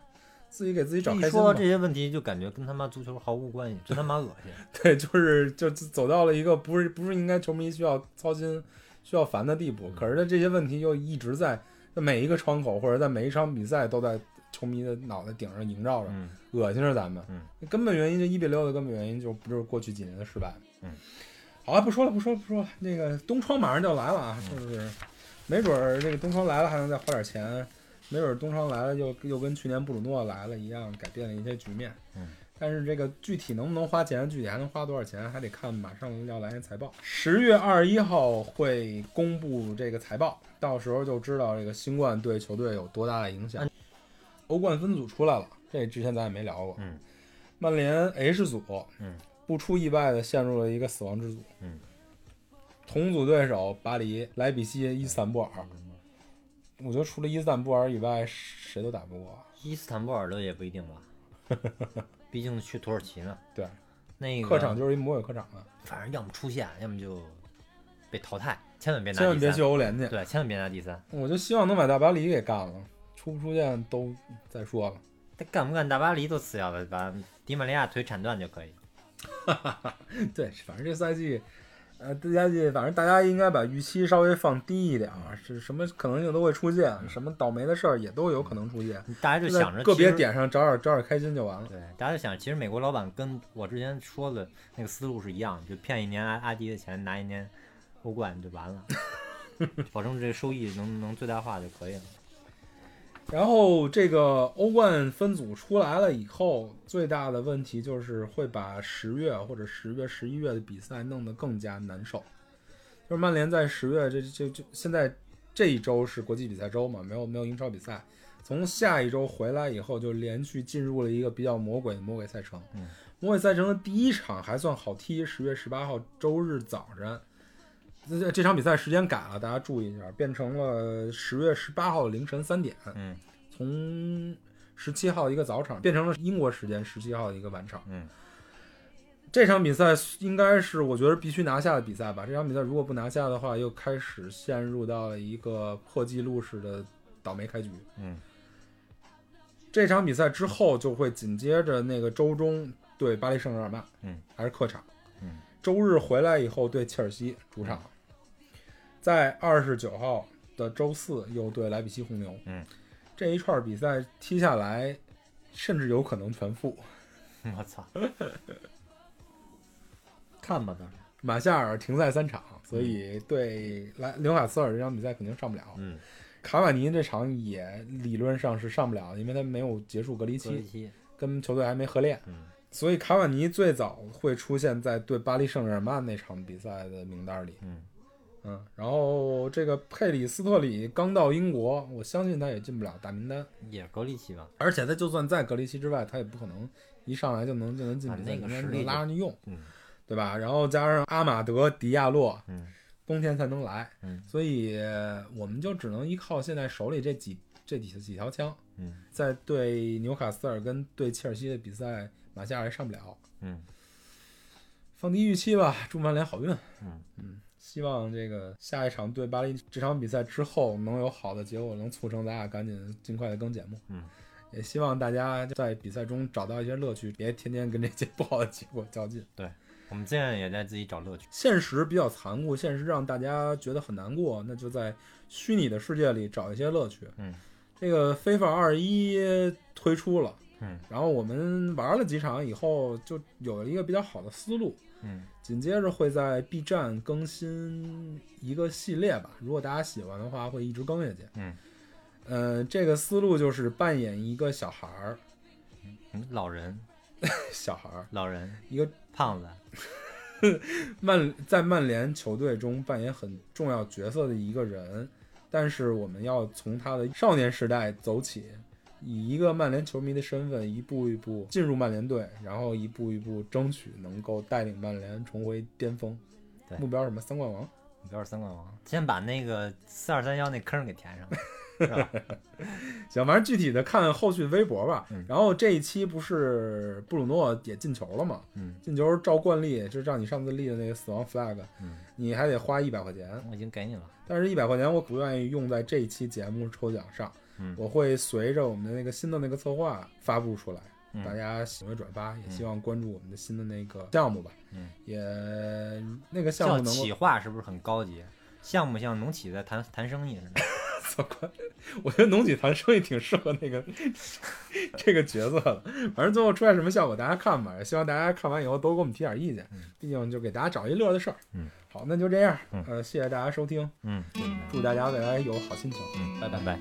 Speaker 2: 自己给自己找
Speaker 3: 一
Speaker 2: 开心
Speaker 3: 说到
Speaker 2: 吧
Speaker 3: 这。些问题，就感觉跟他妈足球毫无关系， 真他妈恶心。
Speaker 2: 对，就是就走到了一个不是不是应该球迷需要操心、需要烦的地步。可是他这些问题又一直在在每一个窗口或者在每一场比赛都在球迷的脑袋顶上萦绕着，
Speaker 3: 嗯
Speaker 2: 恶心着咱们。
Speaker 3: 嗯
Speaker 2: 根本原因就一比六的根本原因就不就是过去几年的失败。
Speaker 3: 嗯，
Speaker 2: 好了，不说了，不说了，不说了。那个东窗马上就要来了啊，是
Speaker 3: 嗯
Speaker 2: 不是？没准儿这个东窗来了还能再花点钱，没准儿东窗来了又又跟去年布鲁诺来了一样，改变了一些局面。
Speaker 3: 嗯，
Speaker 2: 但是这个具体能不能花钱，具体还能花多少钱，还得看马上要来的财
Speaker 3: 嗯
Speaker 2: 报。十月二十一号会公布这个财报，到时候就知道这个新冠对球队有多大的影响。欧冠分组出来了，这之前咱也没聊过。
Speaker 3: 嗯，
Speaker 2: 曼联 H 组，
Speaker 3: 嗯，
Speaker 2: 不出意外的陷入了一个死亡之组。
Speaker 3: 嗯，
Speaker 2: 同组对手巴黎、莱比锡、伊斯坦布尔。我觉得除了伊斯坦布尔以外，谁都打不过。
Speaker 3: 伊斯坦布尔的也不一定吧， 毕竟去土耳其呢。
Speaker 2: 对，
Speaker 3: 那个
Speaker 2: 客场就是一魔鬼客场啊，
Speaker 3: 反正要么出线，要么就被淘汰，千万别拿
Speaker 2: 千万
Speaker 3: 第
Speaker 2: 别
Speaker 3: 三
Speaker 2: 去欧联去。
Speaker 3: 对，千万别拿第三。
Speaker 2: 我就希望能把大巴黎给干了，出不出现都再说了。
Speaker 3: 他干不干大巴黎都次要了，把迪玛利亚腿铲断就可以。
Speaker 2: 对，反正这赛季，呃，这赛季反正大家应该把预期稍微放低一点啊，是什么可能性都会出现，什么倒霉的事儿也都有可能出现。
Speaker 3: 大家就
Speaker 2: 在
Speaker 3: 想着
Speaker 2: 个别
Speaker 3: 其实
Speaker 2: 点上找点找点开心就完了。
Speaker 3: 对，大家就想，其实美国老板跟我之前说的那个思路是一样，就骗一年阿阿迪的钱，拿一年欧冠就完了，保证这个收益能能最大化就可以了。
Speaker 2: 然后这个欧冠分组出来了以后，最大的问题就是会把十月或者十月、十一月的比赛弄得更加难受。就是曼联在十月这这这现在这一周是国际比赛周嘛，没有没有英超比赛。从下一周回来以后，就连续进入了一个比较魔鬼的魔鬼赛程。
Speaker 3: 嗯
Speaker 2: 魔鬼赛程的第一场还算好踢，十月十八号周日早晨，这这这场比赛时间改了，大家注意一下，变成了十月十八号凌晨三点。
Speaker 3: 嗯，
Speaker 2: 从十七号一个早场变成了英国时间十七号的一个晚场。
Speaker 3: 嗯，
Speaker 2: 这场比赛应该是我觉得必须拿下的比赛吧。这场比赛如果不拿下的话，又开始陷入到了一个破纪录式的倒霉开局。
Speaker 3: 嗯，
Speaker 2: 这场比赛之后就会紧接着那个周中对巴黎圣日耳曼，
Speaker 3: 嗯，
Speaker 2: 还是客场，
Speaker 3: 嗯，
Speaker 2: 周日回来以后对切尔西主场，在二十九号的周四又对莱比锡红牛，
Speaker 3: 嗯，
Speaker 2: 这一串比赛踢下来，甚至有可能全负。
Speaker 3: 我操， 看吧，到时候。
Speaker 2: 马夏尔停赛三场，所以对莱纽卡斯尔这场比赛肯定上不了。
Speaker 3: 嗯，
Speaker 2: 卡瓦尼这场也理论上是上不了，因为他没有结束隔离
Speaker 3: 隔离
Speaker 2: 期，
Speaker 3: 期，
Speaker 2: 跟球队还没合练。
Speaker 3: 嗯
Speaker 2: 所以卡瓦尼最早会出现在对巴黎圣日耳曼那场比赛的名单里。
Speaker 3: 嗯
Speaker 2: 嗯，然后这个佩里斯特里刚到英国，我相信他也进不了大名单，
Speaker 3: 也是隔离期吧，
Speaker 2: 而且他就算在隔离期之外，他也不可能一上来就能就能进
Speaker 3: 啊
Speaker 2: 比赛，
Speaker 3: 那个
Speaker 2: 应该
Speaker 3: 实力
Speaker 2: 能拉上去用，
Speaker 3: 嗯
Speaker 2: 对吧？然后加上阿马德、迪亚洛，
Speaker 3: 嗯
Speaker 2: 冬天才能来，
Speaker 3: 嗯
Speaker 2: 所以我们就只能依靠现在手里这几这几几条枪，
Speaker 3: 嗯
Speaker 2: 在对纽卡斯尔跟对切尔西的比赛，马夏尔也上不了，
Speaker 3: 嗯，
Speaker 2: 放低预期吧，祝曼联好运。
Speaker 3: 嗯
Speaker 2: 希望这个下一场对巴黎这场比赛之后能有好的结果，能促成咱俩赶紧尽快的更节目。
Speaker 3: 嗯，
Speaker 2: 也希望大家在比赛中找到一些乐趣，别天天跟这些不好的结果较劲。
Speaker 3: 我们现在也在自己找乐趣。
Speaker 2: 现实比较残酷，现实让大家觉得很难过，那就在虚拟的世界里找一些乐趣。
Speaker 3: 嗯，
Speaker 2: 这个 FIFA 二一推出了，
Speaker 3: 嗯，
Speaker 2: 然后我们玩了几场以后，就有了一个比较好的思路。
Speaker 3: 嗯
Speaker 2: 紧接着会在 B 站更新一个系列吧，如果大家喜欢的话，会一直更下去。
Speaker 3: 嗯，
Speaker 2: 呃，这个思路就是扮演一个小孩儿，
Speaker 3: 嗯，老人
Speaker 2: 小孩儿，
Speaker 3: 老人
Speaker 2: 一个
Speaker 3: 胖子，
Speaker 2: 曼在曼联球队中扮演很重要角色的一个人，但是我们要从他的少年时代走起，以一个曼联球迷的身份，一步一步进入曼联队，然后一步一步争取能够带领曼联重回巅峰。
Speaker 3: 对
Speaker 2: 目标是什么？三冠王。
Speaker 3: 你不要是三冠王，先把那个四二三幺那坑给 填上，是吧？
Speaker 2: 行，反正具体的看后续微博吧。
Speaker 3: 嗯
Speaker 2: 然后这一期不是布鲁诺也进球了吗？
Speaker 3: 嗯，
Speaker 2: 进球照惯例，就让你上次立的那个死亡 flag，、
Speaker 3: 嗯、
Speaker 2: 你还得花一百块钱。
Speaker 3: 我已经给你了。
Speaker 2: 但是，一百块钱我不愿意用在这一期节目抽奖上，
Speaker 3: 嗯
Speaker 2: 我会随着我们的那个新的那个策划发布出来，
Speaker 3: 嗯
Speaker 2: 大家喜欢转发，也希望关注我们的新的那个项目吧。
Speaker 3: 嗯，
Speaker 2: 也那个项
Speaker 3: 叫
Speaker 2: 目能够
Speaker 3: 企划是不是很高级？像不像农企在谈谈生意似的？
Speaker 2: 操快！我觉得农举谈生意挺适合那个 这个角色的，反正最后出来什么效果大家看吧，也希望大家看完以后都给我们提点意见，毕竟就给大家找一乐的事儿。
Speaker 3: 嗯，
Speaker 2: 好，那就这样，
Speaker 3: 嗯
Speaker 2: 呃，谢谢大家收听，
Speaker 3: 嗯，
Speaker 2: 祝大家未来有好心情，拜拜
Speaker 3: 拜。拜。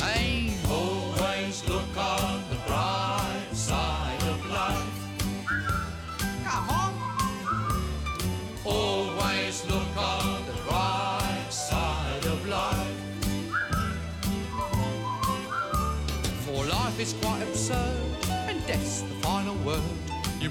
Speaker 5: Hey, always look on the bright side of life. Come on. Always look on the bright side of life. For life is quite absurd, and death's the final word. You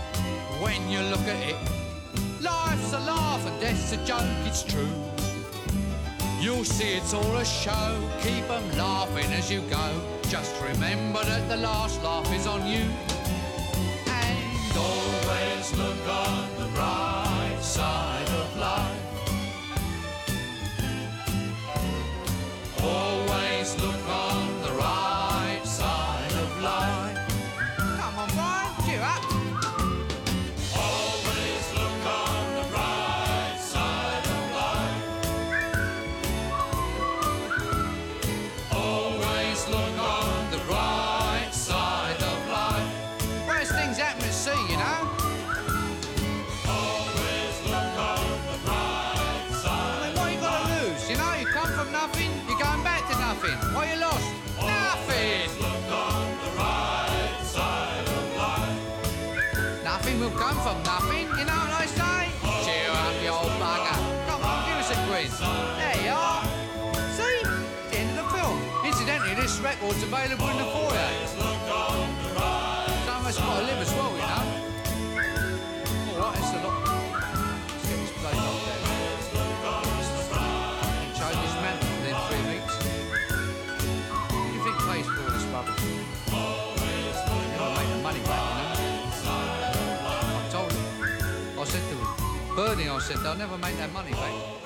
Speaker 5: when you look at it. Life's a laugh and death's a joke, it's true. You'll see it's all a show. Keep 'em laughing as you go. Just remember that the last laugh is on you. And always look on the bright side of life. Always look on the right side of life. Come on, boy, cheer up. Always look on the bright side of life. Always look on the bright side of life. Worst things happen at sea, you know. Always look on the bright side. what you gotta lose? You know, you come from nothing, you're going back to nothing. What you lost? nothing. Look on the right side of life. Nothing will come from nothing. You know what I say? Cheer up, you old bugger. Come on, give us a quiz. There you are. See? The end of the film. Incidentally, this record's available in the foyer. Some of us gotta live as well, you know. Alright, it's a lot. Let's get this bloke up there. Fucking change his mantle within three weeks. What do you think pays for all this rubbish? Never make the money back, you know. I told him. I said to him, Bernie, I said, they'll never make that money back.